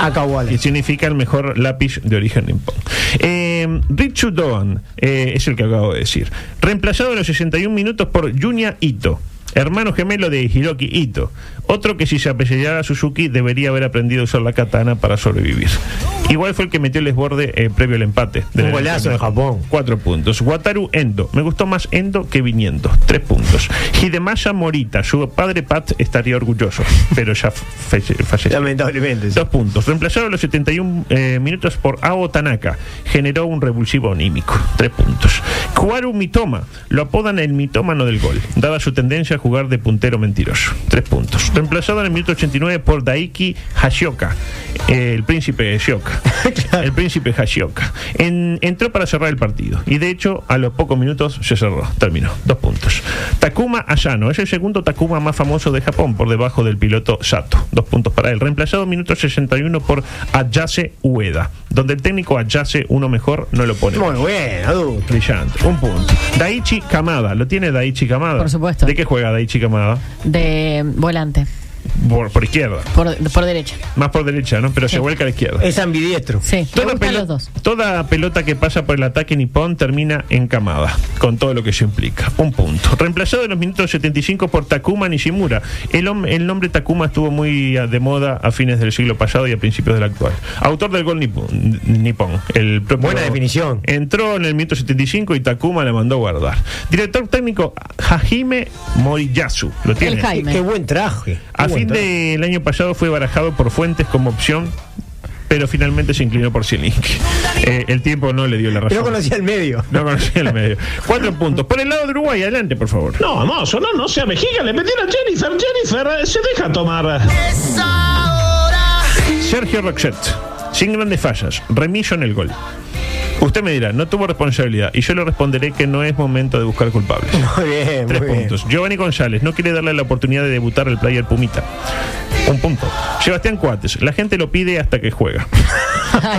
Speaker 10: Akawala.
Speaker 9: Y significa el mejor lápiz de origen nipón. Eh, Richu Doan eh, es el que acabo de decir. Reemplazado a los 61 minutos por Junya Ito. Hermano gemelo de Hiroki Ito. Otro que si se apellidara Suzuki debería haber aprendido a usar la katana para sobrevivir. Igual fue el que metió el desborde eh, previo al empate.
Speaker 10: Un golazo de Japón.
Speaker 9: Cuatro puntos. Wataru Endo. Me gustó más Endo que Viniendo. Tres puntos. Hidemasa Morita. Su padre Pat estaría orgulloso, pero ya fe- falleció.
Speaker 10: Lamentablemente. sí.
Speaker 9: Dos puntos. Reemplazado a los 71 eh, minutos por Ao Tanaka. Generó un revulsivo anímico. Tres puntos. Kuaru Mitoma. Lo apodan el mitómano del gol, dada su tendencia a jugar de puntero mentiroso. Tres puntos. Reemplazado en el minuto 89 por Daiki Hashioka. eh, el príncipe Hashioka. El príncipe Hashioka. En- entró para cerrar el partido. Y de hecho, a los pocos minutos se cerró. Terminó. Dos puntos. Takuma Asano. Es el segundo Takuma más famoso de Japón, por debajo del piloto Sato. Dos puntos para él. Reemplazado minuto 61 por Ayase Ueda. Donde el técnico Ayase, uno mejor, no lo pone.
Speaker 10: Muy bueno, adulto.
Speaker 9: Brillante. Un punto. Daichi Kamada. ¿Lo tiene Daichi Kamada?
Speaker 11: Por supuesto.
Speaker 9: ¿De qué juega Daichi Kamada?
Speaker 11: De volante.
Speaker 9: Por, por izquierda.
Speaker 11: Por, por derecha.
Speaker 9: Más por derecha, ¿no? Pero se vuelca a la izquierda.
Speaker 10: Es ambidiestro.
Speaker 11: Sí. Me
Speaker 9: Toda,
Speaker 11: gustan
Speaker 9: pelo-
Speaker 11: los dos.
Speaker 9: toda pelota que pasa por el ataque nipón termina en camada, con todo lo que eso implica. Un punto. Reemplazado en los minutos 75 por Takuma Nishimura. El, hom- el nombre Takuma estuvo muy ah, de moda a fines del siglo pasado y a principios del actual. Autor del gol nipo- n- nipón. El propio-
Speaker 10: Buena definición.
Speaker 9: Entró en el minuto 75 y Takuma la mandó a guardar. Director técnico Hajime Moriyasu. Lo tiene.
Speaker 11: El Jaime.
Speaker 10: Qué buen traje.
Speaker 9: A
Speaker 10: Qué ¿eh? buen
Speaker 9: fin
Speaker 10: traje.
Speaker 9: del año pasado fue barajado por Fuentes como opción, pero finalmente se inclinó por Zielinski. Eh, el tiempo no le dio la razón.
Speaker 10: Pero conocía el medio.
Speaker 9: No conocía el medio. Cuatro puntos. Por el lado de Uruguay, adelante, por favor.
Speaker 4: No, vamos, no, no sea vejiga, le metieron a Jennifer, Jennifer, se deja tomar.
Speaker 9: Sergio Roxette, sin grandes fallas, remiso en el gol. Usted me dirá, no tuvo responsabilidad, y yo le responderé que no es momento de buscar culpables.
Speaker 10: Muy bien,
Speaker 9: Tres
Speaker 10: muy bien.
Speaker 9: puntos. Giovanni González no quiere darle la oportunidad de debutar al player Pumita. Un punto. Sebastián Cuates, la gente lo pide hasta que juega.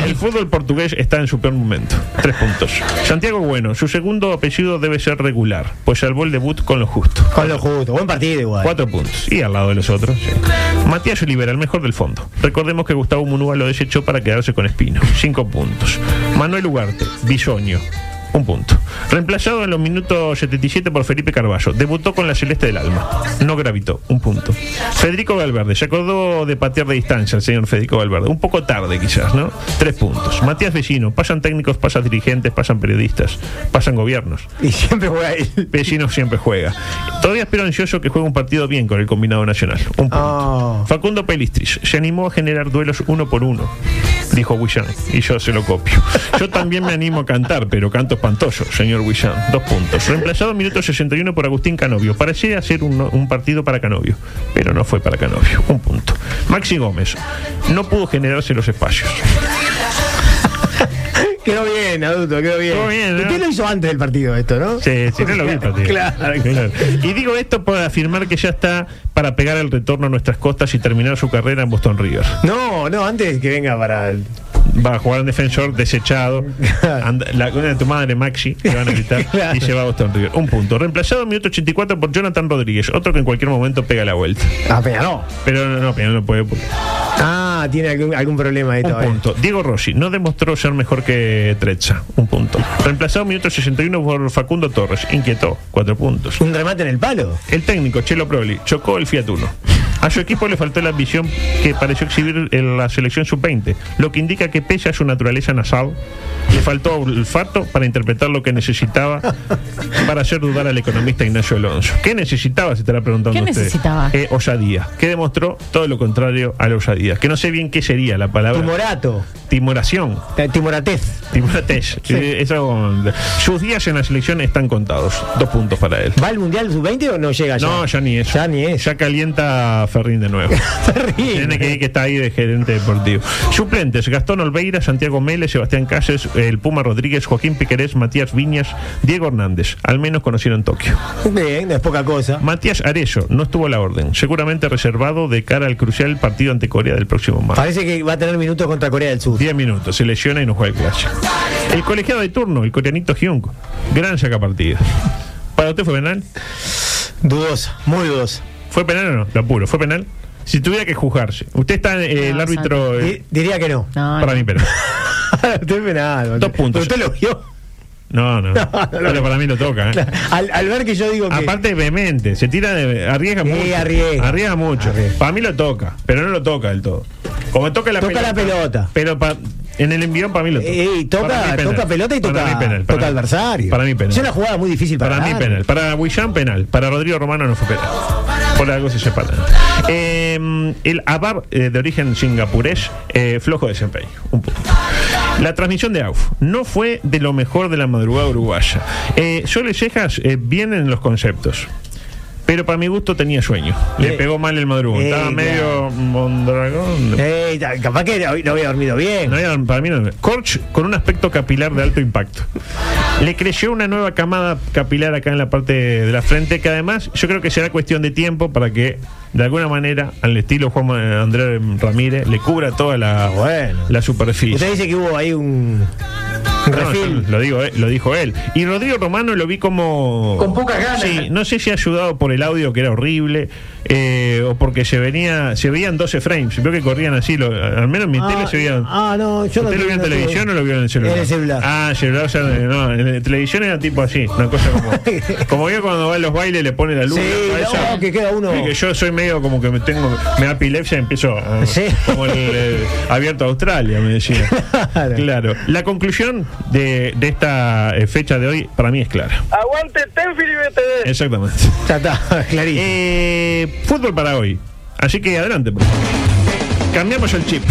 Speaker 9: El fútbol portugués está en su peor momento. Tres puntos. Santiago Bueno, su segundo apellido debe ser regular, pues salvó el debut con lo justo.
Speaker 10: Con lo justo. Buen partido igual.
Speaker 9: Cuatro puntos. Y al lado de los otros. sí. Matías Olivera, el mejor del fondo. Recordemos que Gustavo Munúa lo desechó para quedarse con Espino. Cinco puntos. Manuel Ugarte, Bisoño. Un punto. Reemplazado en los minutos 77 por Felipe Carballo. Debutó con la Celeste del Alma. No gravitó. Un punto. Federico Valverde. Se acordó de patear de distancia el señor Federico Valverde. Un poco tarde quizás, ¿no? Tres puntos. Matías Vecino. Pasan técnicos, pasan dirigentes, pasan periodistas, pasan gobiernos.
Speaker 10: Y siempre juega él.
Speaker 9: Vecino siempre juega. Todavía espero ansioso que juegue un partido bien con el combinado nacional. Un punto.
Speaker 10: Oh.
Speaker 9: Facundo Pelistris se animó a generar duelos uno por uno. dijo William, y yo se lo copio. Yo también me animo a cantar, pero canto espantoso, señor William. Dos puntos. Reemplazado en minuto 61 por Agustín Canovio. Parecía ser un, un partido para Canovio, pero no fue para Canovio. Un punto. Maxi Gómez, no pudo generarse los espacios.
Speaker 10: Quedó bien, adulto, quedó bien. Usted lo hizo antes del partido esto, ¿no?
Speaker 9: Sí, sí, no lo vi, Pati.
Speaker 10: Claro.
Speaker 9: Claro. Y digo esto para afirmar que ya está para pegar el retorno a nuestras costas y terminar su carrera en Boston River.
Speaker 10: No, no, antes que venga para el-
Speaker 9: Va a jugar un defensor desechado. Anda- la cuna de tu madre, Maxi, que van a gritar. Y se va a Boston River. Un punto. Reemplazado en minuto 84 por Jonathan Rodríguez, otro que en cualquier momento pega la vuelta.
Speaker 10: Ah, Peña no.
Speaker 9: Pero no, no, Peñarol no puede. porque-
Speaker 10: Ah, tiene algún, algún problema ahí
Speaker 9: Un
Speaker 10: todavía.
Speaker 9: punto. Diego Rossi no demostró ser mejor que Trezza. Un punto. Reemplazado en minuto 61 por Facundo Torres. Inquietó. Cuatro puntos.
Speaker 10: Un remate en el palo.
Speaker 9: El técnico Chelo Proli chocó el Fiat Uno. A su equipo le faltó la ambición que pareció exhibir en la selección sub-20, lo que indica que pese a su naturaleza nasal, le faltó olfato para interpretar lo que necesitaba para hacer dudar al economista Ignacio Alonso. ¿Qué necesitaba? Se estará preguntando
Speaker 11: ¿Qué
Speaker 9: usted.
Speaker 11: necesitaba?
Speaker 9: Eh, osadía. Que demostró todo lo contrario a la osadía. Que no sé bien qué sería la palabra.
Speaker 10: Timorato.
Speaker 9: Timoración.
Speaker 10: Eh, Timoratez.
Speaker 9: Timoratez. Eh, eso- sus días en la selección están contados. Dos puntos para él.
Speaker 10: ¿Va al Mundial Sub-20 o no llega ya?
Speaker 9: No, ya ni eso.
Speaker 10: Ya ni es.
Speaker 9: Ya calienta Ferrín de nuevo. Tiene que ir que está ahí de gerente deportivo. Suplentes: Gastón Olveira, Santiago Mele, Sebastián Cáceres, el Puma Rodríguez, Joaquín Piquerés, Matías Viñas, Diego Hernández. Al menos conocido en Tokio.
Speaker 10: Bien, no es poca cosa.
Speaker 9: Matías Arello no estuvo a la orden, seguramente reservado de cara al crucial partido ante Corea del próximo martes.
Speaker 10: Parece que va a tener minutos contra Corea del Sur.
Speaker 9: 10 minutos, se lesiona y no juega el clásico. El colegiado de turno, el coreanito Hyung, gran sacapartidas. ¿Para usted fue penal?
Speaker 10: Dudosa, muy dudosa.
Speaker 9: ¿Fue penal o no? Lo apuro, ¿fue penal? Si tuviera que juzgarse, usted está eh, el
Speaker 11: No,
Speaker 9: árbitro. eh,
Speaker 10: Di- diría que no.
Speaker 11: No,
Speaker 9: para
Speaker 11: no.
Speaker 9: mí, penal.
Speaker 10: Usted es penal.
Speaker 9: Dos puntos.
Speaker 10: Pero usted lo vio.
Speaker 9: No,
Speaker 10: no
Speaker 9: no.
Speaker 10: lo
Speaker 9: Pero
Speaker 10: veo.
Speaker 9: para mí lo toca. ¿eh?
Speaker 10: Claro, Al, al ver que yo digo que.
Speaker 9: Aparte es vehemente, se tira de. arriesga
Speaker 10: Sí,
Speaker 9: mucho.
Speaker 10: arriesga.
Speaker 9: mucho.
Speaker 10: Arriesga.
Speaker 9: Para mí lo toca, pero no lo toca del todo. Como toca la
Speaker 10: Toca
Speaker 9: pelota.
Speaker 10: la pelota.
Speaker 9: Pero pa- en el envión para mí lo toca.
Speaker 10: Ey,
Speaker 9: Para mí
Speaker 10: toca,
Speaker 9: penal.
Speaker 10: toca pelota y toca,
Speaker 9: Para mí penal.
Speaker 10: toca
Speaker 9: Para-
Speaker 10: adversario.
Speaker 9: Para mí penal.
Speaker 10: Es una jugada muy difícil para,
Speaker 9: Para mí
Speaker 10: dar.
Speaker 9: penal. Para William penal. Para Rodrigo Romano no fue penal. Por algo se separan. Eh, el Abar eh, de origen singapurés, eh, flojo desempeño. Un punto. La transmisión de AUF no fue de lo mejor de la madrugada uruguaya. Eh, Sol y Cejas eh, vienen los conceptos. Pero para mi gusto tenía sueño. Le
Speaker 10: Eh,
Speaker 9: pegó mal el madrugón.
Speaker 10: eh,
Speaker 9: Estaba
Speaker 10: claro.
Speaker 9: medio mondragón.
Speaker 10: Ey, ta- Eh, capaz que no no había dormido bien.
Speaker 9: No era- para mí no. Korch con un aspecto capilar de alto impacto. Le creció una nueva camada capilar acá en la parte de la frente, que además yo creo que será cuestión de tiempo para que de alguna manera, al estilo Juan Ma- Andrés Ramírez, le cubra toda la,
Speaker 10: bueno.
Speaker 9: la superficie.
Speaker 10: Usted dice que hubo ahí un, un
Speaker 9: No,
Speaker 10: refil.
Speaker 9: yo lo, digo, eh, lo dijo él. Y Rodrigo Romano lo vi como.
Speaker 8: Con pocas ganas.
Speaker 9: Sí, no sé si ayudado por el audio que era horrible eh, o porque se venía se veían 12 frames. Veo que corrían así, lo- al menos en mi tele se veían.
Speaker 10: ah, no, yo no
Speaker 9: ¿Usted lo vio en
Speaker 10: no tuve-
Speaker 9: televisión o lo vio en el celular?
Speaker 10: En el celular.
Speaker 9: Ah, celular, o sea, no, en el- televisión era tipo así, una cosa como. como yo cuando va a los bailes le pone la luz.
Speaker 10: Sí,
Speaker 9: la cabeza.
Speaker 10: no, que queda uno.
Speaker 9: Sí, que yo soy medio como que me tengo. Me da epilepsia y empiezo. ah,
Speaker 10: Sí.
Speaker 9: Como el eh, abierto a Australia, me decía.
Speaker 10: Claro.
Speaker 9: Claro. La conclusión de, de esta eh, fecha de hoy para mí es clara.
Speaker 7: Aguante Tenfield y BTD.
Speaker 9: Exactamente.
Speaker 10: Ya está, clarísimo.
Speaker 9: Eh, fútbol para hoy. Así que adelante. por favor. Cambiamos el chip.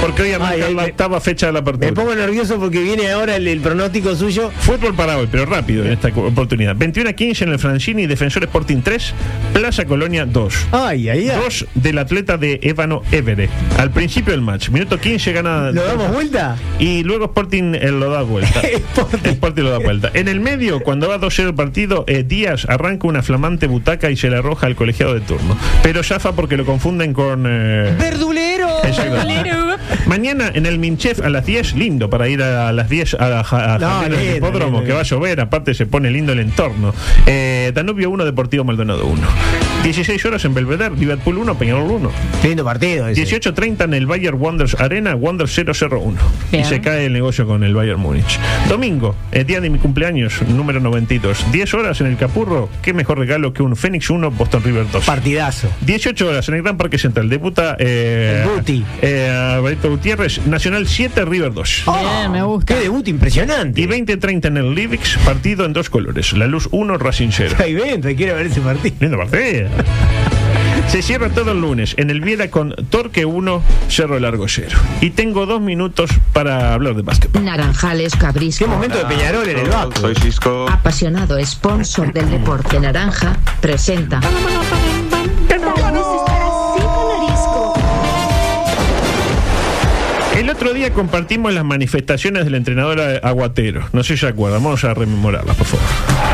Speaker 9: Porque hoy arranca
Speaker 10: Ay, ay,
Speaker 9: la
Speaker 10: me-
Speaker 9: octava fecha de la apertura.
Speaker 10: Me pongo nervioso porque viene ahora el, el pronóstico suyo.
Speaker 9: Fútbol para hoy, pero rápido en esta oportunidad. 21 a 15 en el Francini, Defensor Sporting 3, Plaza Colonia 2.
Speaker 10: Ay, ay, ay.
Speaker 9: Dos del atleta de Ébano Évere. Al principio del match, minuto 15 gana.
Speaker 10: ¿Lo damos vuelta?
Speaker 9: Y luego Sporting eh, lo da vuelta.
Speaker 10: Sporting.
Speaker 9: Sporting lo da vuelta. En el medio, cuando va 2-0 el partido, eh, Díaz arranca una flamante butaca y se la arroja al colegiado de turno. Pero zafa porque lo confunden con. eh,
Speaker 10: ¡Verdulero!
Speaker 9: Exacto. Mañana en el Minchef a las 10, lindo para ir a las 10 a, la ja- a
Speaker 10: No,
Speaker 9: Jardines del
Speaker 10: lindo,
Speaker 9: Hipódromo,
Speaker 10: lindo,
Speaker 9: que va a llover, aparte se pone lindo el entorno. Eh, Danubio 1, Deportivo Maldonado 1. 16 horas en Belvedere, Liverpool 1, Peñarol 1.
Speaker 10: Lindo partido ese.
Speaker 9: 18.30 en el Bayer Wonders Arena, Wonders 001. Y
Speaker 11: Bien.
Speaker 9: se cae el negocio con el Bayern Múnich. Domingo, el día de mi cumpleaños, número 92. 10 horas en el Capurro, qué mejor regalo que un Fénix 1, Boston River 2.
Speaker 10: Partidazo.
Speaker 9: 18 horas en el Gran Parque Central. Debuta eh,
Speaker 10: El Guti.
Speaker 9: eh, Alberto Gutiérrez, Nacional 7, River 2.
Speaker 11: Bien, me gusta.
Speaker 10: Oh, Qué debut impresionante.
Speaker 9: Y 20-30 en el Livix, partido en dos colores. La luz 1, Racing 0.
Speaker 10: Ay, ven, quiero ver ese partido.
Speaker 9: Lindo partido. Se cierra todo el lunes en el Viera con Torque 1, Cerro Largo 0. Y tengo dos minutos para hablar de básquet.
Speaker 12: Naranjales Cabrisco.
Speaker 5: Soy Cisco.
Speaker 12: Apasionado sponsor del deporte naranja, presenta.
Speaker 9: El otro día compartimos las manifestaciones del entrenador eh, Aguatero. No sé si se acuerdan, vamos a rememorarlas, por favor.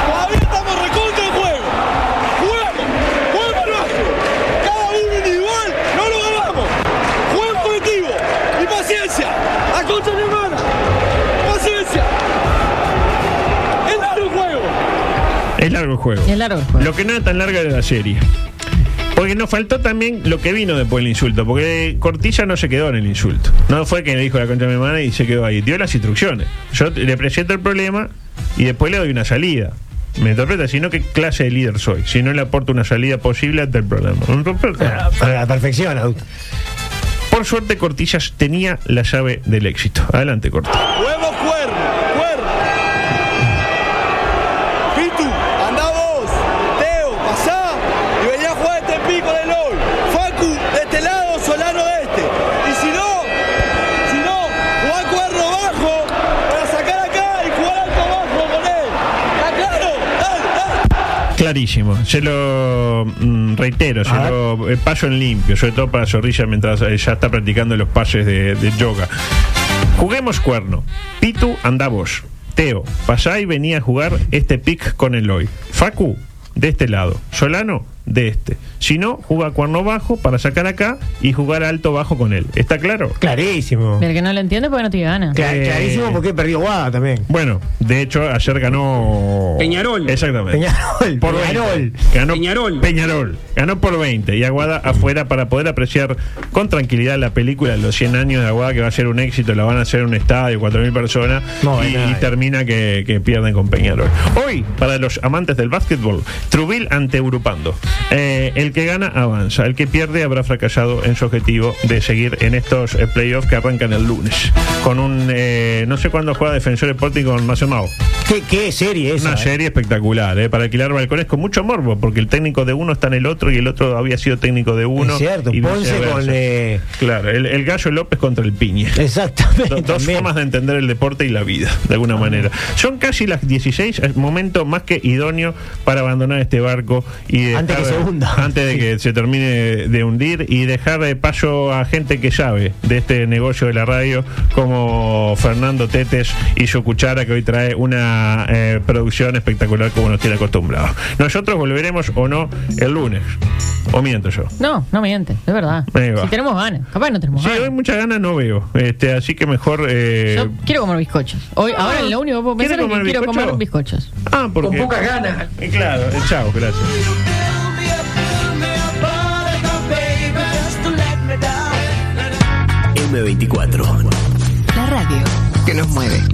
Speaker 13: Todavía estamos recontra en juego. Juego, juego al básquet. Cada uno individual no lo ganamos. Juego colectivo. Y paciencia. La concha de mi hermana. Paciencia. Es largo el juego.
Speaker 9: Es largo el juego. Lo que no era tan larga era la serie. Porque nos faltó también lo que vino después del insulto, porque Cortilla no se quedó en el insulto. No fue que le dijo la contra de mi hermana y se quedó ahí. Dio las instrucciones. Yo le presento el problema y después le doy una salida. Me interpreta, sino qué clase de líder soy. Si no le aporto una salida posible ante el problema. A la perfección, Por suerte, Cortillas tenía la llave del éxito. Adelante, Cortillas.
Speaker 13: Huevo cuerno, cuerno. Pitu, anda vos. Teo, pasá. Y venía a jugar este pico del hoy. Facu, de este lado, Solano de este. Y si no, si no, jugá cuerno bajo para sacar acá y jugar alto bajo con él. ¿Está claro? Dale, dale.
Speaker 9: Clarísimo. Se lo mm, reitero, se lo eh, paso en limpio, sobre todo para Zorrilla mientras eh, ya está practicando los pases de, de yoga. Juguemos cuerno. Pitu, anda vos. Teo, pasá y venía a jugar este pick con el hoy. Facu, de este lado. Solano, de este. Si no, juega cuerno bajo para sacar acá y jugar alto bajo con él. ¿Está claro? Clarísimo.
Speaker 11: El que no lo entiende porque no tiene ganas.
Speaker 9: Clarísimo porque perdió Guada también. Bueno, de hecho, ayer ganó. Peñarol. Exactamente. Peñarol. Por Peñarol. Ganó Peñarol. Ganó por 20. Y Aguada afuera para poder apreciar con tranquilidad la película Los 100 años de Aguada, que va a ser un éxito. La van a hacer en un estadio, 4.000 personas.
Speaker 10: No,
Speaker 9: y,
Speaker 10: no,
Speaker 9: y termina que, que pierden con Peñarol. Hoy, para los amantes del básquetbol, Trubil ante Urupando. Eh, el que gana avanza. El que pierde habrá fracasado en su objetivo de seguir en estos eh, playoffs que arrancan el lunes. Con un. eh, no sé cuándo juega Defensor Sporting con Mazemao. ¿Qué, ¿Qué serie es?
Speaker 10: ¿eh?
Speaker 9: Una serie espectacular, eh, para alquilar balcones con mucho morbo, porque el técnico de uno está en el otro y el otro había sido técnico de uno.
Speaker 10: Es cierto,
Speaker 9: y
Speaker 10: Ponce
Speaker 9: viceversa.
Speaker 10: con, eh,
Speaker 9: Claro, el, el gallo López contra el Piñe.
Speaker 10: Exactamente.
Speaker 9: Do- Dos formas de entender el deporte y la vida, de
Speaker 10: Ah.
Speaker 9: alguna manera. Son casi las 16, es momento más que idóneo para abandonar este barco y
Speaker 10: Antes que
Speaker 9: dejar-
Speaker 10: se hunda.
Speaker 9: Antes de que se termine de hundir y dejar de paso a gente que sabe de este negocio de la radio, como Fernando Tetes y su cuchara, que hoy trae una eh, producción espectacular como nos tiene acostumbrados. Nosotros volveremos o no el lunes. O miento yo.
Speaker 11: No, no miente, es verdad.
Speaker 9: Ahí va.
Speaker 11: Si tenemos ganas, capaz no tenemos
Speaker 9: Sí,
Speaker 11: ganas.
Speaker 9: hoy muchas ganas no veo. Este, así que mejor. eh,
Speaker 11: Yo quiero comer bizcochos. Hoy,
Speaker 9: Ah,
Speaker 11: ahora lo único que puedo pensar es
Speaker 9: ¿quiere
Speaker 11: que
Speaker 9: comer
Speaker 11: quiero
Speaker 9: bizcocho?
Speaker 11: comer bizcochos.
Speaker 9: Ah, porque.
Speaker 11: Con pocas ganas.
Speaker 9: Eh, Claro, eh, chao, gracias.
Speaker 3: M24.
Speaker 1: La radio que nos mueve.